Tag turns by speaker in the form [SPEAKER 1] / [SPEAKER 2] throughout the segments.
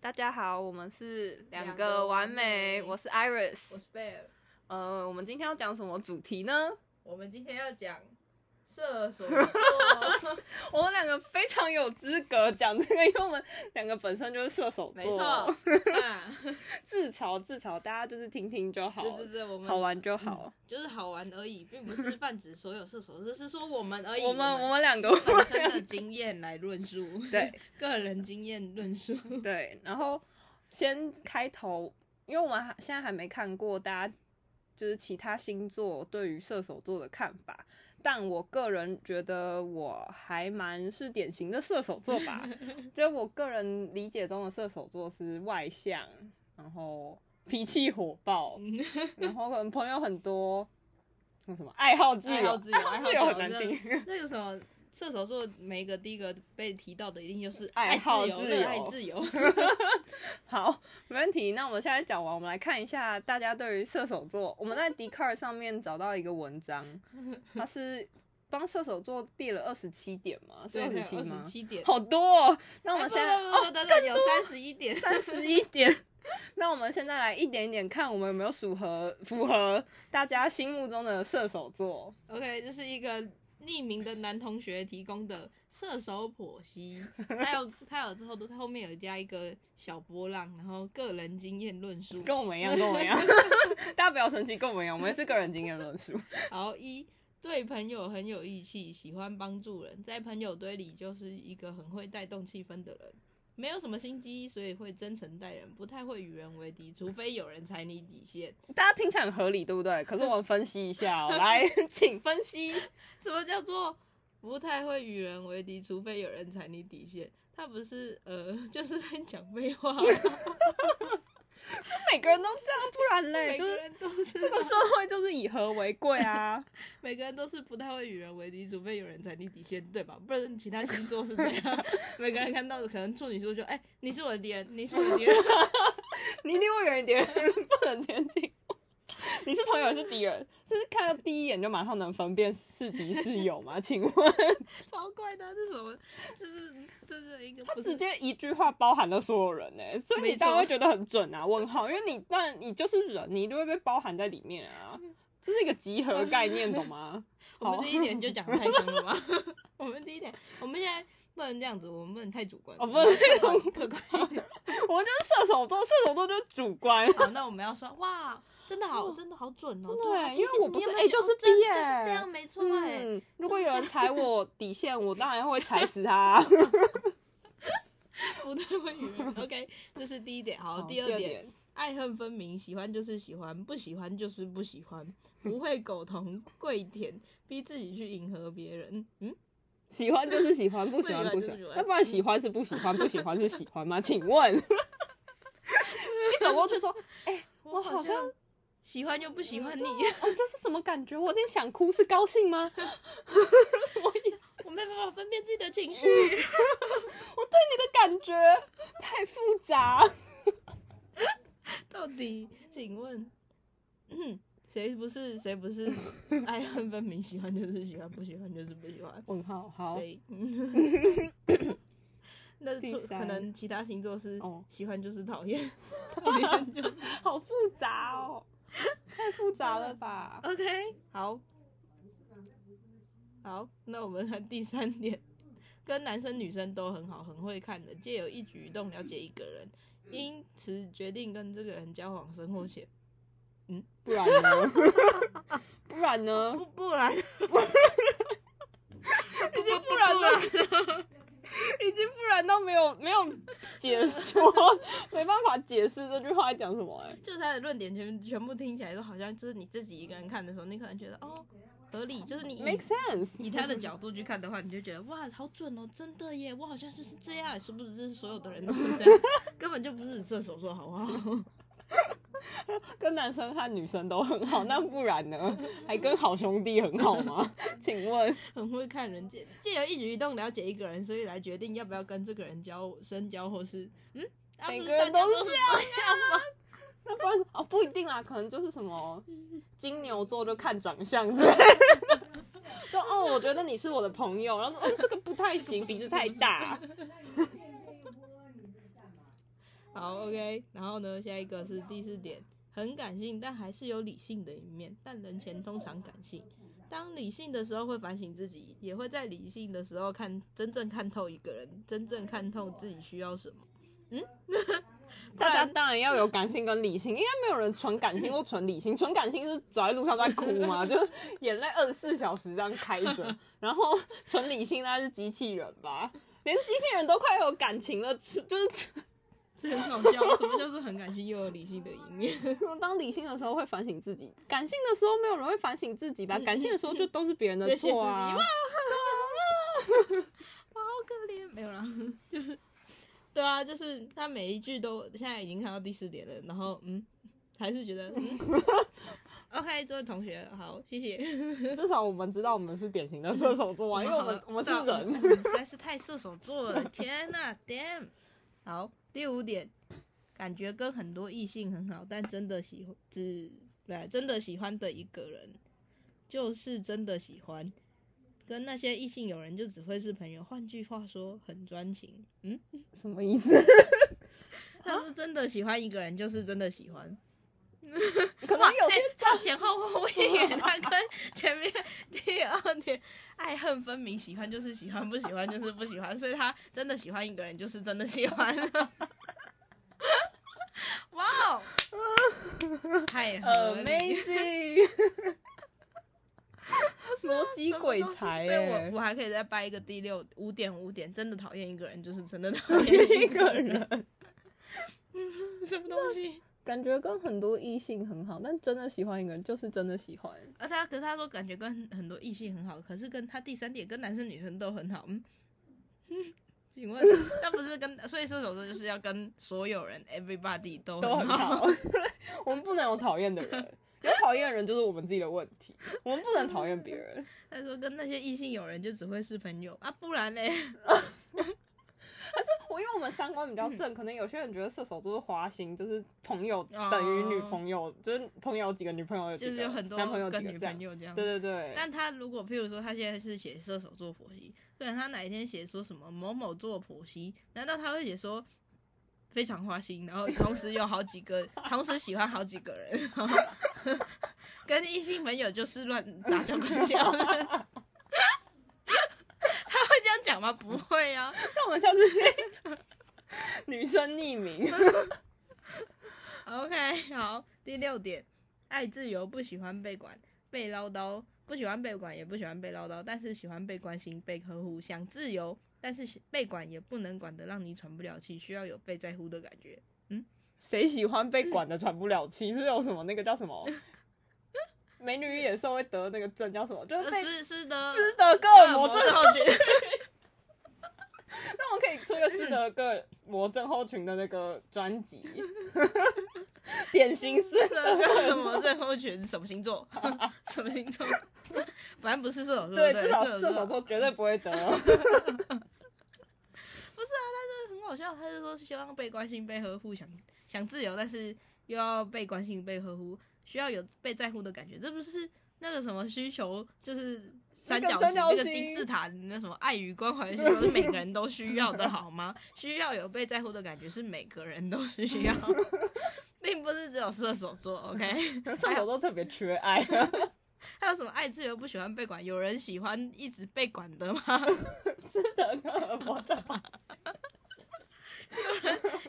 [SPEAKER 1] 大家好，我们是两
[SPEAKER 2] 两
[SPEAKER 1] 个
[SPEAKER 2] 个
[SPEAKER 1] 完
[SPEAKER 2] 完
[SPEAKER 1] 美，
[SPEAKER 2] 美
[SPEAKER 1] 我是 Iris
[SPEAKER 2] 我。是贝尔。
[SPEAKER 1] 呃，我们今天要讲什么主题呢？
[SPEAKER 2] 我们今天要讲射手座，
[SPEAKER 1] 我们两个非常有资格讲这个，因为我们两个本身就是射手座，。
[SPEAKER 2] 没错，啊
[SPEAKER 1] 自嘲自嘲，大家就是听听就好，
[SPEAKER 2] 对对对，我们嗯
[SPEAKER 1] 好玩就好。
[SPEAKER 2] 就是好玩而已，并不是泛指所有射手，只是说我们而已。
[SPEAKER 1] 我们我们两个
[SPEAKER 2] 本身的经验来论述，
[SPEAKER 1] 对，
[SPEAKER 2] 个人经验 论述。
[SPEAKER 1] 对，然后先开头，因为我们还现在还没看过大家就是其他星座对于射手座的看法，但我个人觉得我还蛮是典型的射手座 吧，就我个人理解中的射手座是外向，然后脾气火 爆，
[SPEAKER 2] 嗯
[SPEAKER 1] 然后可能朋友很多，那什么爱好自
[SPEAKER 2] 爱
[SPEAKER 1] 由，
[SPEAKER 2] 好自由
[SPEAKER 1] 爱
[SPEAKER 2] 爱好
[SPEAKER 1] 自由
[SPEAKER 2] 自
[SPEAKER 1] 很
[SPEAKER 2] 由
[SPEAKER 1] 难
[SPEAKER 2] 这
[SPEAKER 1] 听。
[SPEAKER 2] 那个什么射手座，每一个第一个被提到的一定就是
[SPEAKER 1] 爱好
[SPEAKER 2] 自由，
[SPEAKER 1] 自
[SPEAKER 2] 热
[SPEAKER 1] 由
[SPEAKER 2] 爱自 由。
[SPEAKER 1] 好，没问题。那我们现在讲完，我们来看一下大家对于射手座。我们在 d c a r 上面找到一个文章，它是帮射手座列了二十七点嘛，是二十七
[SPEAKER 2] 二
[SPEAKER 1] 吗
[SPEAKER 2] 十？七点。
[SPEAKER 1] 好多、哦。那我
[SPEAKER 2] 哎
[SPEAKER 1] 们
[SPEAKER 2] 不
[SPEAKER 1] 现在哦
[SPEAKER 2] 不不不等等，有三十一点。
[SPEAKER 1] 三十一点。 那我们现在来一点一点看，我们有没有符合符合大家心目中的射手座？
[SPEAKER 2] OK，这是一个匿名的男同学提供的射手剖析，他有他有之后都他后面有加一个小波浪，然后个人经验论述。
[SPEAKER 1] 跟我们一样，跟我们一 样。大家不要生气，跟我们一样，我们是个人经验论述。
[SPEAKER 2] 好，一对朋友很有义气，喜欢帮助人，在朋友堆里就是一个很会带动气氛的人。没有什么心机，所以会真诚待人，不太会与人为敌，除非有人踩你底线。
[SPEAKER 1] 大家听起来很合理，对不对？可是我们分析一下、哦，来，请分析。
[SPEAKER 2] 什么叫做不太会与人为敌，除非有人踩你底线？他不是呃， 就是在讲废话吗。
[SPEAKER 1] 每个人都这样，不然嘞，
[SPEAKER 2] 每
[SPEAKER 1] 就
[SPEAKER 2] 个
[SPEAKER 1] 是
[SPEAKER 2] 人都是
[SPEAKER 1] 这个社会就是以和为贵 啊。
[SPEAKER 2] 每个人都是不太会与人为敌，除非有人踩你底线，对吧？不然其他星座是这 样，每个人看到的可能处女座就哎、你是我的敌人，你是我 的敌人，
[SPEAKER 1] 你离我远一点，不能前进。你是朋友还是敌人？就是看到第一眼就马上能分辨是敌是友 吗？请问，
[SPEAKER 2] 超怪的，这是什么？就是这是一个
[SPEAKER 1] 他
[SPEAKER 2] 不
[SPEAKER 1] 直
[SPEAKER 2] 是
[SPEAKER 1] 接一句话包含了所有人呢、欸所以你
[SPEAKER 2] 没错
[SPEAKER 1] 当然会觉得很准啊？问号，因为你当然你就是人，你一定会被包含在里面 啊。这是一个集合概念，懂吗？
[SPEAKER 2] 我们
[SPEAKER 1] 好
[SPEAKER 2] 第一点就讲太凶了吧？ 我们第一点，我们现在不能这样子，我们不能太主观，
[SPEAKER 1] 哦不能太
[SPEAKER 2] 我 们客观客观一点。
[SPEAKER 1] 我们就是射手座，射手座就是主 观。
[SPEAKER 2] 好，那我们要说哇，真的好，真的好准哦，
[SPEAKER 1] 真的
[SPEAKER 2] 对
[SPEAKER 1] 耶
[SPEAKER 2] 啊
[SPEAKER 1] 因为我不
[SPEAKER 2] 你有
[SPEAKER 1] 是
[SPEAKER 2] 没有
[SPEAKER 1] A 就是
[SPEAKER 2] 哦真
[SPEAKER 1] B 耶
[SPEAKER 2] 就是这样没错哎。
[SPEAKER 1] 嗯，如果有人踩我底线，我当然会踩死他。
[SPEAKER 2] 不太会与人。OK，这 是第一点。 好，第二点，，爱恨分明，喜欢就是喜欢，不喜欢就是不喜欢，不会苟同、跪舔， 逼自己去迎合别人。嗯，
[SPEAKER 1] 喜欢就是喜欢，不喜欢不
[SPEAKER 2] 不
[SPEAKER 1] 喜
[SPEAKER 2] 喜
[SPEAKER 1] 欢
[SPEAKER 2] 欢就是不喜。欢
[SPEAKER 1] 那不然喜欢是不喜欢，不喜欢是喜欢吗？ 请问，你走过 去说，哎、我好像哦，
[SPEAKER 2] 喜欢又不喜欢你，
[SPEAKER 1] 这是什么感觉？我有点想哭，是高兴 吗？
[SPEAKER 2] 我没办法分辨自己的情
[SPEAKER 1] 我
[SPEAKER 2] 绪。
[SPEAKER 1] 对你的感觉太复杂。
[SPEAKER 2] 到底，请问，嗯，谁不是谁不 是爱恨分明，喜欢就是喜欢，不喜欢就是不喜欢？
[SPEAKER 1] 问号好，
[SPEAKER 2] 谁？那
[SPEAKER 1] 第
[SPEAKER 2] 就
[SPEAKER 1] 三
[SPEAKER 2] 可能其他星座是
[SPEAKER 1] 哦
[SPEAKER 2] 喜欢就是讨厌，讨厌就
[SPEAKER 1] 好复杂哦，太复杂了 吧？
[SPEAKER 2] OK，好，好，那我们看第三点，跟男生女生都很好，很会看人，借由一举一动了解一个人，因此决定跟这个人交往生活且
[SPEAKER 1] 不然呢？不然呢？
[SPEAKER 2] 不不然
[SPEAKER 1] 已经不然了，已经不然到没有没有解说， 没办法解释这句话在讲什么哎、
[SPEAKER 2] 就是他的论点全全部听起来都好像就是你自己一个人看的时候，你可能觉得哦合理，就是你
[SPEAKER 1] Make
[SPEAKER 2] 以
[SPEAKER 1] sense，
[SPEAKER 2] 以他的角度去看的话，你就觉得哇好准哦，真的耶，我好像就是这样，是不是？这是所有的人都是这样，根本就不是射手座，好不好？
[SPEAKER 1] 跟男生和女生都很好，那不然呢？还跟好兄弟很好吗？请问，
[SPEAKER 2] 很会看人，借借由一举一动了解一个人，所以来决定要不要跟这个人交深交，或是嗯，啊、
[SPEAKER 1] 每
[SPEAKER 2] 不
[SPEAKER 1] 个
[SPEAKER 2] 是
[SPEAKER 1] 人
[SPEAKER 2] 大
[SPEAKER 1] 都
[SPEAKER 2] 家
[SPEAKER 1] 是
[SPEAKER 2] 都是这样吗？
[SPEAKER 1] 那不然哦不一定啦，可能就是什么金牛座就看长相之类的。就哦，我觉得你是我的朋友，然后嗯说哦这个不太行，鼻子太大。
[SPEAKER 2] 好，OK。然后呢，下一个是第四点，很感性，但还是有理性的一面。但人前通常感性，当理性的时候会反省自己，也会在理性的时候看真正看透一个人，真正看透自己需要什么。
[SPEAKER 1] 大家当然要有感性跟理性，应该没有人纯感性或纯理性。纯感性是走在路上都在哭嘛，就是眼泪二十四小时这样开着。然后纯理性那是机器人吧，连机器人都快有感情了，是就是
[SPEAKER 2] 这很搞笑，什么叫做很感性又有理性的一面？
[SPEAKER 1] 当理性的时候会反省自己，感性的时候没有人会反省自己
[SPEAKER 2] 嗯
[SPEAKER 1] 吧？感性的时候就都是别人 的错啊。
[SPEAKER 2] 我好可怜， 没有啦， 就是，对啊，就是他每一句都现在已经看到第四点了，然后嗯，还是觉得、 嗯、，OK，这位同学好，谢谢。
[SPEAKER 1] 至少我们知道我们是典型的射手 座啊，因为我们我们是人。
[SPEAKER 2] 实在是太射手 座了，天呐 d a m n 好，第五点，感觉跟很多异性很好，但真的喜欢只对，啊真的喜欢的一个人，就是真的喜欢。跟那些异性友人就只会是朋友，换句话说，很专
[SPEAKER 1] 啊
[SPEAKER 2] 情。嗯，
[SPEAKER 1] 什么意思？
[SPEAKER 2] 他是真的喜欢一个人，就是真的喜欢。
[SPEAKER 1] 可 能有些
[SPEAKER 2] 哎这前后后位耶，他跟前面第二点爱恨分明，喜欢就是喜欢，不喜欢就是不喜欢，所以他真的喜欢一个人，就是真的喜欢。 哇哦，太合理
[SPEAKER 1] amazing，逻
[SPEAKER 2] 啊
[SPEAKER 1] 辑鬼才
[SPEAKER 2] 所以
[SPEAKER 1] 欸
[SPEAKER 2] 我我还可以再掰一个第六五点五点，真的讨厌一个人，就是真的讨厌一
[SPEAKER 1] 一
[SPEAKER 2] 个
[SPEAKER 1] 个
[SPEAKER 2] 人，
[SPEAKER 1] 人。
[SPEAKER 2] 什么东西？
[SPEAKER 1] 感觉跟很多异性很好，但真的喜欢一个人就是真的喜欢。
[SPEAKER 2] 而且他可是他说感觉跟很多异性很好，可是跟他第三点跟男生女生都很好， 嗯，请问那不是跟所以射手座就是要跟所有人 everybody 都
[SPEAKER 1] 都很
[SPEAKER 2] 好，
[SPEAKER 1] 好。 我们不能有讨厌的人，有讨厌的人就是我们自己的问题，我们不能讨厌别人。
[SPEAKER 2] 他说跟那些异性友人就只会是朋友啊，不然嘞，
[SPEAKER 1] 但是我因为我们三观比较正，可能有些人觉得射手座是花心，就是朋友
[SPEAKER 2] 嗯哦
[SPEAKER 1] 等于女朋友，就是朋友有几个女朋友有几
[SPEAKER 2] 就
[SPEAKER 1] 个，
[SPEAKER 2] 是有很多
[SPEAKER 1] 男朋友
[SPEAKER 2] 跟
[SPEAKER 1] 几个
[SPEAKER 2] 女
[SPEAKER 1] 这样
[SPEAKER 2] 朋。友这样。
[SPEAKER 1] 对对对，
[SPEAKER 2] 但他如果譬如说他现在是写射手座婆媳，可能他哪一天写说什么某某座婆媳，难道他会写说非常花心，然后同时有好几个，同时喜欢好几个人，然后 跟异性朋友就是乱杂交关系？ 他会这样讲吗？不会啊，
[SPEAKER 1] 那我们下次 女生匿名，
[SPEAKER 2] OK，好， 第六点，爱自由，不喜欢被管、被唠叨，不喜欢被管，也不喜欢被唠叨，但是喜欢被关心、被呵护，想自由，但是喜被管也不能管得让你喘不了气，需要有被在乎的感觉。
[SPEAKER 1] 谁喜欢被管的喘不了气？是有什么那个叫什 么？美女与野兽会得那个症叫什么？呃就是被
[SPEAKER 2] 呃是是的，
[SPEAKER 1] 斯德哥
[SPEAKER 2] 恶
[SPEAKER 1] 尔摩症
[SPEAKER 2] 症候群。
[SPEAKER 1] 那我可以出个斯德哥尔摩症候群的那个专 辑，典型 斯
[SPEAKER 2] 这个什么最后群什么星座？ 什么星座？ 反正不是射手座，
[SPEAKER 1] 对，
[SPEAKER 2] 对
[SPEAKER 1] 至少
[SPEAKER 2] 射
[SPEAKER 1] 射手座绝对不会得。哦
[SPEAKER 2] 不是啊，但是很好笑，他是说希望被关心、被呵护，想想自由，但是又要被关心、被呵护，需要有被在乎的感觉，这不是那个什么需求，就是三角形
[SPEAKER 1] 三角
[SPEAKER 2] 那
[SPEAKER 1] 形
[SPEAKER 2] 个金字塔那什么爱与关怀的需求是每个人都需要的好吗？ 需要有被在乎的感觉是每个人都需要， 并不是只有射手座，OK？
[SPEAKER 1] 射手座特别缺爱，啊
[SPEAKER 2] 还有什么爱自由不喜欢被管，有人喜欢一直被管的吗？
[SPEAKER 1] 斯德哥尔摩症。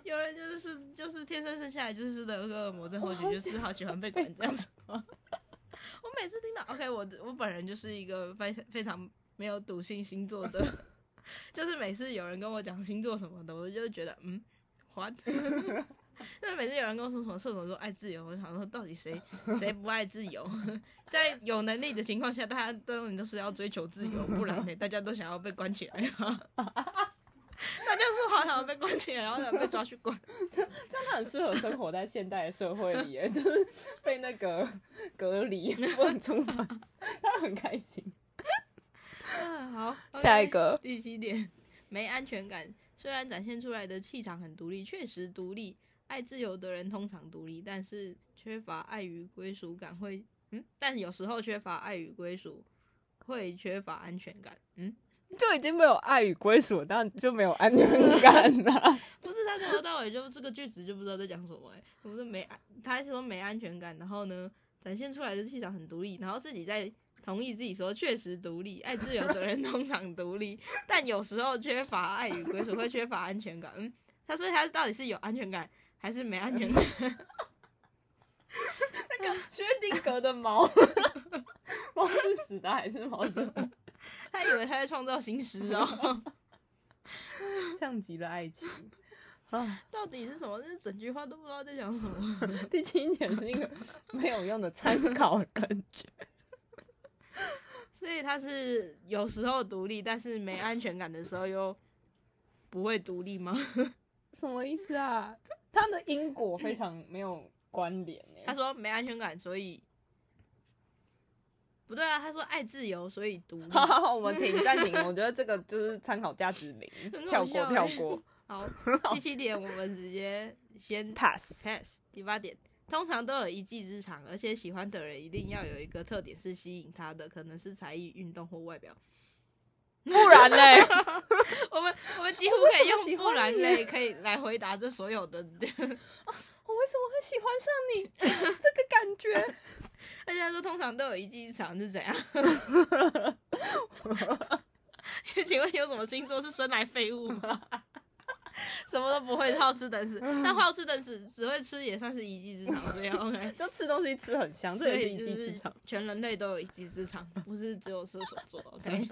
[SPEAKER 2] 有人就是就是天生生下来就是的个恶魔症候群，就是好喜欢被管这样子吗我每次听到 OK，我我本人就是一个非常非常没有笃信星座的， 就是每次有人跟我讲星座什么的，我就觉得嗯，what？那每次有人跟我说什么射手座爱自由，我想说到底谁谁不爱自由？ 在有能力的情况下，大家当然都是要追求自由，不然呢，大家都想要被关起来啊。 大家说好想要被关起来，然后想被抓去关。
[SPEAKER 1] 但他很适合生活在现代的社会里耶，就是被那个隔离不能出门，他很开心。
[SPEAKER 2] 嗯，好，
[SPEAKER 1] 下一
[SPEAKER 2] OK，
[SPEAKER 1] 个
[SPEAKER 2] 第七点，没安全感。虽然展现出来的气场很独立，确实独立，爱自由的人通常独立，但是缺乏爱与归属感会，嗯，但有时候缺乏爱与归属会缺乏安全感。嗯，
[SPEAKER 1] 就已经没有爱与归属，但就没有安全感了。
[SPEAKER 2] 不是他从头到尾就这个句子就不知道在讲什么、欸。我说没安，他说没安全感，然后呢，展现出来的气场很独立，然后自己在同意自己说确实独立，爱自由的人通常独立， 但有时候缺乏爱与归属会缺乏安全感。嗯，他说他到底是有安全感还是没安全感？
[SPEAKER 1] 薛定谔的猫，猫是死的还是猫生的？
[SPEAKER 2] 他以为他在创造新诗哦，
[SPEAKER 1] 像极了爱情啊！
[SPEAKER 2] 到底是什么？这整句话都不知道在讲什么。
[SPEAKER 1] 第七点是一个没有用的参考的感觉。
[SPEAKER 2] 所以他是有时候独立，但是没安全感的时候又不会独立吗？
[SPEAKER 1] 什么意思啊？它的因果非常没有关联诶、
[SPEAKER 2] 他说没安全感，所以不对啊。他说爱自由，所以 独立。
[SPEAKER 1] 好好好，我们停暂 停，我觉得这个就是参考价值零，
[SPEAKER 2] 很
[SPEAKER 1] 跳
[SPEAKER 2] 好
[SPEAKER 1] 过
[SPEAKER 2] 笑欸
[SPEAKER 1] 跳过
[SPEAKER 2] 好，第七点我们直接先
[SPEAKER 1] pass。
[SPEAKER 2] pass。第八点，通常都有一技之长，而且喜欢的人一定要有一个特点是吸引他的，可能是才艺、运动或外表。
[SPEAKER 1] 不然嘞，
[SPEAKER 2] 我们我们几乎
[SPEAKER 1] 为
[SPEAKER 2] 可以
[SPEAKER 1] 什么喜
[SPEAKER 2] 用不
[SPEAKER 1] 欢
[SPEAKER 2] 然
[SPEAKER 1] 你啊
[SPEAKER 2] 类可以来回答这所有的，
[SPEAKER 1] 我为什么会喜欢上你？这个感觉，
[SPEAKER 2] 而且他说通常都有一技之长是 怎样？请问有什么星座是生来废物吗？什么都不会，好吃等死。但好吃等死，只会吃也算是一技之长， 所以 OK。
[SPEAKER 1] 就吃东西吃很香，
[SPEAKER 2] 所
[SPEAKER 1] 这也是
[SPEAKER 2] 以
[SPEAKER 1] 一
[SPEAKER 2] 就
[SPEAKER 1] 技之
[SPEAKER 2] 是
[SPEAKER 1] 长。
[SPEAKER 2] 全人类都有一技之长，不是只有射手座 OK。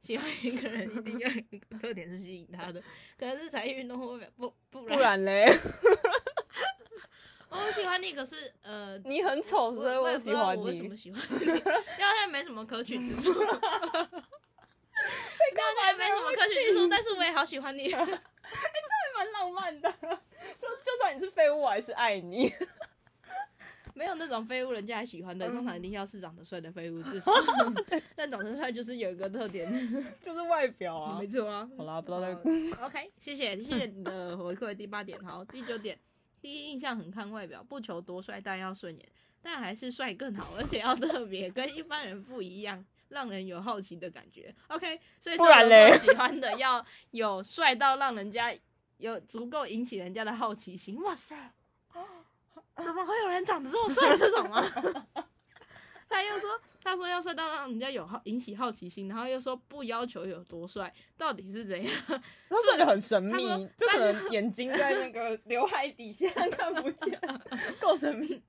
[SPEAKER 2] 喜欢一个人一定要有一个特点是吸引他的，可能是才艺、运动或外表不不
[SPEAKER 1] 不
[SPEAKER 2] 然。
[SPEAKER 1] 然嘞，
[SPEAKER 2] 哦我喜欢你，可是呃，
[SPEAKER 1] 你很丑，
[SPEAKER 2] 我
[SPEAKER 1] 所以
[SPEAKER 2] 我也不
[SPEAKER 1] 喜
[SPEAKER 2] 知道
[SPEAKER 1] 欢
[SPEAKER 2] 我为什么
[SPEAKER 1] 你。
[SPEAKER 2] 喜欢你， 因为好像没什么可取之处。 对，好像没什么可取之处，但是我也好喜欢你。
[SPEAKER 1] 蛮浪漫的，就就算你是废物，我还是爱你。
[SPEAKER 2] 没有那种废物人家还喜
[SPEAKER 1] 嗯
[SPEAKER 2] 欢的，通常一定要是长得帅的废物，至少。 但长得帅就是有一个特点，
[SPEAKER 1] 就是外表啊
[SPEAKER 2] 没。错啊。
[SPEAKER 1] 好啦，不知道在
[SPEAKER 2] OK，谢谢谢谢你的回馈。第八点，好，第九点，第一印象很看外表，不求多帅，但要顺眼，但还是帅更好，而且要特别，跟一般人不一样，让人有好奇的感觉。OK，所以
[SPEAKER 1] 不然
[SPEAKER 2] 射手
[SPEAKER 1] 嘞
[SPEAKER 2] 座喜欢的要有帅到让人家有足够引起人家的好奇心。哇 塞，怎么会有人长得这么帅？这种啊？ 他又说，他说要帅到让人家有好引起好奇心，然后又说不要求有多帅，到底是怎样？
[SPEAKER 1] 他说的很神秘
[SPEAKER 2] 他说，
[SPEAKER 1] 就可能眼睛在那个 刘海底下看不 见，够神秘。
[SPEAKER 2] 嗯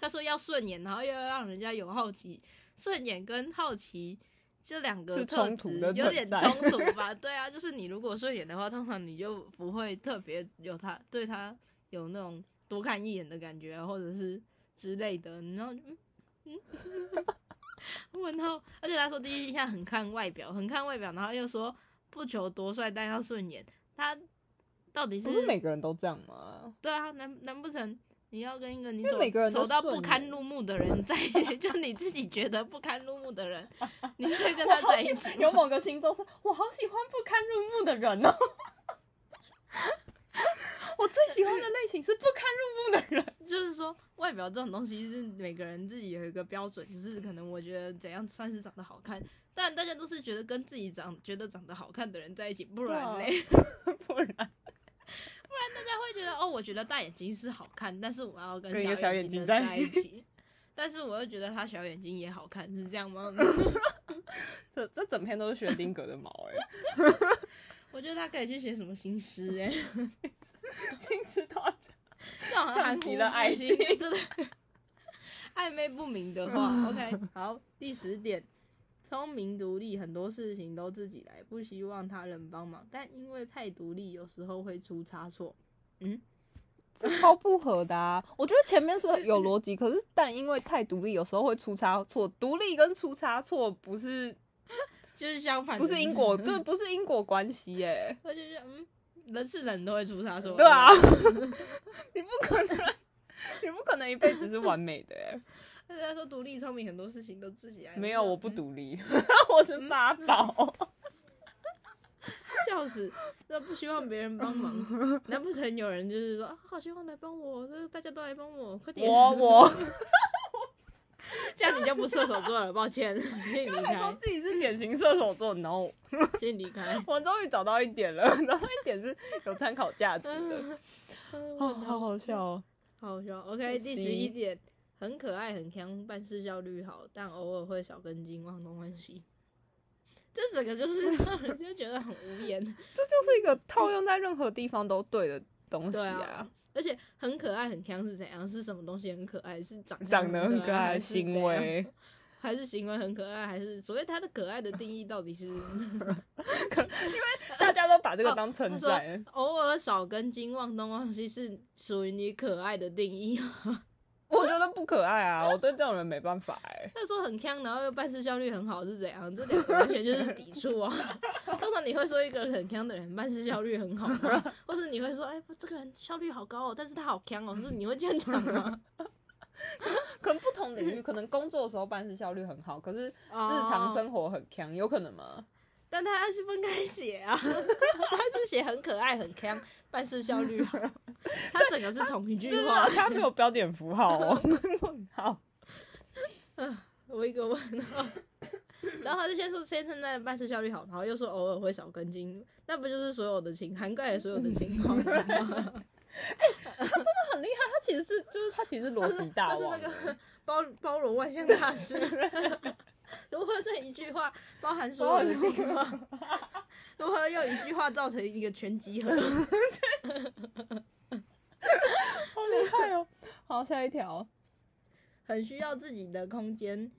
[SPEAKER 2] 他说要顺眼，然后又要让人家有好奇，顺眼跟好奇这两个
[SPEAKER 1] 是
[SPEAKER 2] 特
[SPEAKER 1] 冲突
[SPEAKER 2] 质
[SPEAKER 1] 的
[SPEAKER 2] 有点
[SPEAKER 1] 存在
[SPEAKER 2] 冲 突吧？对啊，就是你如果顺眼的话，通常你就不会特别有他对他有那种多看一眼的感觉啊，或者是之类的，然后就嗯嗯， 问号。而且他说第一印象很看外表，很看外表，然后又说不求多帅，但要顺眼。他到底
[SPEAKER 1] 不是每个人都这样吗？
[SPEAKER 2] 对啊，难难不成你要跟一个你
[SPEAKER 1] 为
[SPEAKER 2] 走
[SPEAKER 1] 每个人都
[SPEAKER 2] 走到
[SPEAKER 1] 顺
[SPEAKER 2] 不堪
[SPEAKER 1] 眼
[SPEAKER 2] 入目的人在 一起，就你自己觉得不堪入目的人，你会跟
[SPEAKER 1] 我
[SPEAKER 2] 他
[SPEAKER 1] 好
[SPEAKER 2] 在一
[SPEAKER 1] 喜
[SPEAKER 2] 起
[SPEAKER 1] 有
[SPEAKER 2] 吗？
[SPEAKER 1] 某个星座是，我好喜欢不堪入目的人哦。 我最喜欢的类型是不堪入目的人。
[SPEAKER 2] 就是说，外表这种东西是每个人自己有一个标准，就是可能我觉得怎样算是长得好看，但大家都是觉得跟自己长觉得长得好看的人在一起，不
[SPEAKER 1] 啊
[SPEAKER 2] 然嘞，
[SPEAKER 1] 不然
[SPEAKER 2] 大家会觉得哦，我觉得大眼睛是好看，但是我要跟
[SPEAKER 1] 跟一个
[SPEAKER 2] 小
[SPEAKER 1] 小
[SPEAKER 2] 眼
[SPEAKER 1] 眼睛
[SPEAKER 2] 睛的
[SPEAKER 1] 在
[SPEAKER 2] 在一起， 但是我又觉得他小眼睛也好看，是这样吗？ 嗯
[SPEAKER 1] 这这整篇都是薛定谔的毛 哎、
[SPEAKER 2] 我觉得他可以去写什么新诗哎、
[SPEAKER 1] 欸，心知大家
[SPEAKER 2] 这种很含糊
[SPEAKER 1] 像极了爱 情
[SPEAKER 2] 不清真的暧昧不明的
[SPEAKER 1] 啊
[SPEAKER 2] 话，OK，好，第十点，聪明独立，很多事情都自己来，不希望他人帮忙，但因为太独立，有时候会出差错。
[SPEAKER 1] 这超不合的啊！我觉得前面是有逻辑，可是但因为太独立，有时候会出差错。独立跟出差错不是
[SPEAKER 2] 就是相反，
[SPEAKER 1] 不是因， 果，对，不是因果关系欸耶、
[SPEAKER 2] 我就觉得嗯，人是人都会出差错，
[SPEAKER 1] 对啊， 你不可能， 你不可能一辈子是完美的欸耶、
[SPEAKER 2] 大家说独立聪明，很多事情都自己来，
[SPEAKER 1] 没有，我不
[SPEAKER 2] 嗯
[SPEAKER 1] 独立， 我是妈宝。
[SPEAKER 2] 笑死！那不希望别人 帮忙，难不成有人就是说 啊，好希望来帮我，那大家都来帮我，快点！
[SPEAKER 1] 我我
[SPEAKER 2] 这样你就不射手座了，抱歉，请你离
[SPEAKER 1] 他说
[SPEAKER 2] 开，
[SPEAKER 1] 自己是典型射手座，no，
[SPEAKER 2] 请你离开。
[SPEAKER 1] 我终于找到一点了， 然后一点是有参考价值的，
[SPEAKER 2] 嗯，
[SPEAKER 1] 哦，
[SPEAKER 2] 问
[SPEAKER 1] 好
[SPEAKER 2] 他
[SPEAKER 1] 好笑哦。
[SPEAKER 2] 好笑。OK，第
[SPEAKER 1] 十
[SPEAKER 2] 十
[SPEAKER 1] 一
[SPEAKER 2] 一点，很可爱，很强，办事效率好，但偶尔会少根筋，忘东忘西。这整个就是 让人就觉得很无言。
[SPEAKER 1] 这就是一个套用在任何地方都对的东西
[SPEAKER 2] 对
[SPEAKER 1] 啊
[SPEAKER 2] 啊。，而且很可爱，很强是怎样？是什么东西很可爱？是长
[SPEAKER 1] 长得很
[SPEAKER 2] 很
[SPEAKER 1] 可
[SPEAKER 2] 爱，
[SPEAKER 1] 爱，
[SPEAKER 2] 还是怎
[SPEAKER 1] 行
[SPEAKER 2] 样，
[SPEAKER 1] 为，
[SPEAKER 2] 还是行为很可爱，还是所谓它的可爱的定义到底是？
[SPEAKER 1] 大家都把这个
[SPEAKER 2] 哦
[SPEAKER 1] 当
[SPEAKER 2] 他
[SPEAKER 1] 称
[SPEAKER 2] 说
[SPEAKER 1] 赞。
[SPEAKER 2] 偶尔少根筋，忘东忘西是属于你可爱的定义。
[SPEAKER 1] 我觉得不可爱啊，我对这种人没办法哎、
[SPEAKER 2] 他说很强，然后又办事效率很好是怎样？这两个完全就是抵触啊！通常你会说一个人很强的人办事效率很好吗？或是你会说，哎、不这个人效率好高哦，但是他好强哦，是你会这样讲吗？
[SPEAKER 1] 可能不同领域，可能工作的时候办事效率很好，可是日
[SPEAKER 2] 日
[SPEAKER 1] 常生活很强，有可能吗？
[SPEAKER 2] 但他是分开写啊， 他是写很可爱、很强、办事效率好，他整个是同一句
[SPEAKER 1] 就是
[SPEAKER 2] 话。
[SPEAKER 1] 啊他没有标点符号 哦，问号。
[SPEAKER 2] 我一个问号。 然后他就先说先称赞办事效率好，然后又说偶尔会少根筋，那不就是所有的情涵盖了所有的情况吗？
[SPEAKER 1] 很厉害，他其实是就是他其实是逻辑大
[SPEAKER 2] 他是
[SPEAKER 1] 王
[SPEAKER 2] 那
[SPEAKER 1] 欸，
[SPEAKER 2] 个包包容万象大 师。如何这一句话包含所有的情况？如何用一句话造成一个全集合？
[SPEAKER 1] 好厉害哦。好，下一条，
[SPEAKER 2] 很需要自己的空间。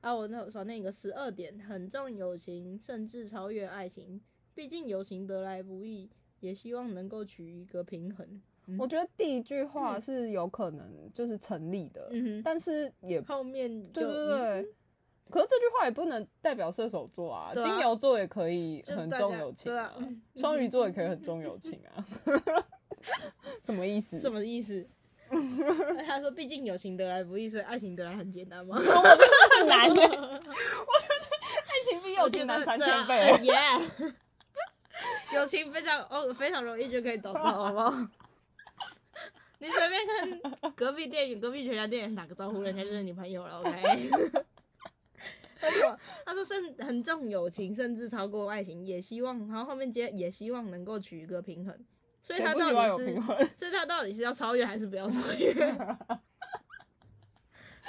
[SPEAKER 2] 啊，我那少念一个十二点，很重友情，甚至超越爱情。毕竟友情得来不易，也希望能够取一个平衡。
[SPEAKER 1] 我觉得第一句话是有可能就是成立的，
[SPEAKER 2] 嗯哼，
[SPEAKER 1] 但是也
[SPEAKER 2] 后面就
[SPEAKER 1] 对
[SPEAKER 2] 嗯
[SPEAKER 1] 对对。可是这句话也不能代表射手座啊，
[SPEAKER 2] 对啊
[SPEAKER 1] 金牛座也可以
[SPEAKER 2] 就
[SPEAKER 1] 很
[SPEAKER 2] 大
[SPEAKER 1] 重
[SPEAKER 2] 家
[SPEAKER 1] 友情
[SPEAKER 2] 对啊嗯
[SPEAKER 1] 双鱼座也可以很重友情啊， 什么意思？
[SPEAKER 2] 什么意思？ 他说，毕竟友情得来不易，所以爱情得来很简单吗？
[SPEAKER 1] 很 难的、我觉得爱情比友
[SPEAKER 2] 我
[SPEAKER 1] 情
[SPEAKER 2] 觉
[SPEAKER 1] 难
[SPEAKER 2] 得
[SPEAKER 1] 三千
[SPEAKER 2] 对啊
[SPEAKER 1] 倍。
[SPEAKER 2] 耶！ 友情非常哦，非常容易就可以找到，好 不好？你随便跟隔壁店员、隔壁全家店员打个招呼，人家就是你朋友了，OK？他说：“他说甚很重友情，甚至超过爱情，也希望，然后后面接也希望能够取一个平衡。所以
[SPEAKER 1] 谁
[SPEAKER 2] 他
[SPEAKER 1] 不希望
[SPEAKER 2] 到
[SPEAKER 1] 有
[SPEAKER 2] 底是
[SPEAKER 1] 平衡？
[SPEAKER 2] 所以他到底是要超越还是不要超越？ 他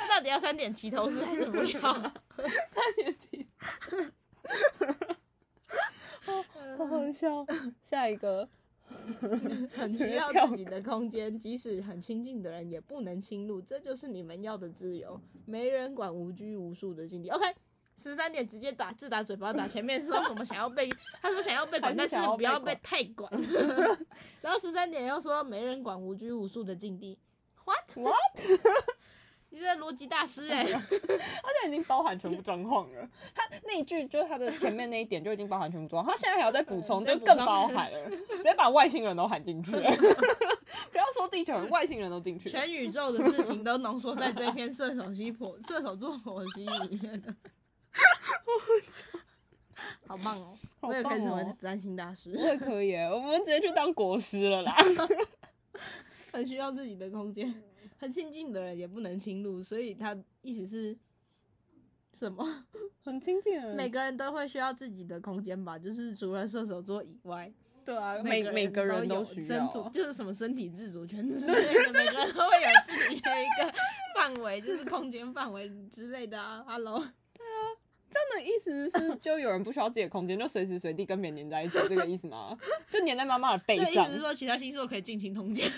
[SPEAKER 2] 到底要三点齐头式还是不要？
[SPEAKER 1] 三年 级，好好笑。下一个，
[SPEAKER 2] 很需要自己的空间，即使很亲近的人也不能侵入，这就是你们要的自由，没人管无拘无束的境地。OK，十三点直接打字打嘴巴打，前面说什么想要被，他说想要被管，
[SPEAKER 1] 还
[SPEAKER 2] 但
[SPEAKER 1] 是
[SPEAKER 2] 是
[SPEAKER 1] 想要
[SPEAKER 2] 不要
[SPEAKER 1] 被
[SPEAKER 2] 被太管。 然后十三点又说没人管无拘无束的境地，what
[SPEAKER 1] What？
[SPEAKER 2] 你这逻辑大师哎、
[SPEAKER 1] 他现在已经包含全部状况了。他那一句就是他的前面那一点就已经包含全部状况，他现在还要再补充，
[SPEAKER 2] 嗯
[SPEAKER 1] 就
[SPEAKER 2] 再补
[SPEAKER 1] 更
[SPEAKER 2] 充
[SPEAKER 1] 包含了，直接把外星人都喊进去 了。不要说地球人，外星人都进去了。
[SPEAKER 2] 全宇宙的事情都浓缩在这篇射手西 婆射手座婆媳里面了。好棒哦！
[SPEAKER 1] 好
[SPEAKER 2] 我也可以成
[SPEAKER 1] 棒哦
[SPEAKER 2] 为占星大师
[SPEAKER 1] 我， 也可以耶，我们直接去当国师了啦。
[SPEAKER 2] 很需要自己的空间，
[SPEAKER 1] 嗯
[SPEAKER 2] 很亲近的人也不能侵入，所以他意思是什么？
[SPEAKER 1] 很亲近啊的
[SPEAKER 2] 每
[SPEAKER 1] 人，
[SPEAKER 2] 个人都会需要自己的空间吧，就是除了射手座以外，
[SPEAKER 1] 对啊，每
[SPEAKER 2] 个
[SPEAKER 1] 每个人都
[SPEAKER 2] 都有
[SPEAKER 1] 需要
[SPEAKER 2] 身主
[SPEAKER 1] 啊。
[SPEAKER 2] 就是什么身体自主 权之类的，每个人都会有自己的一个范围，就是空间范围之类的啊。Hello。
[SPEAKER 1] 他的意思是，就有人不需要自己的空间，就随时随地跟别人黏在一起，这个意思吗？就黏在妈妈的背
[SPEAKER 2] 那
[SPEAKER 1] 上
[SPEAKER 2] 意思。是说其他星座可以尽情通奸，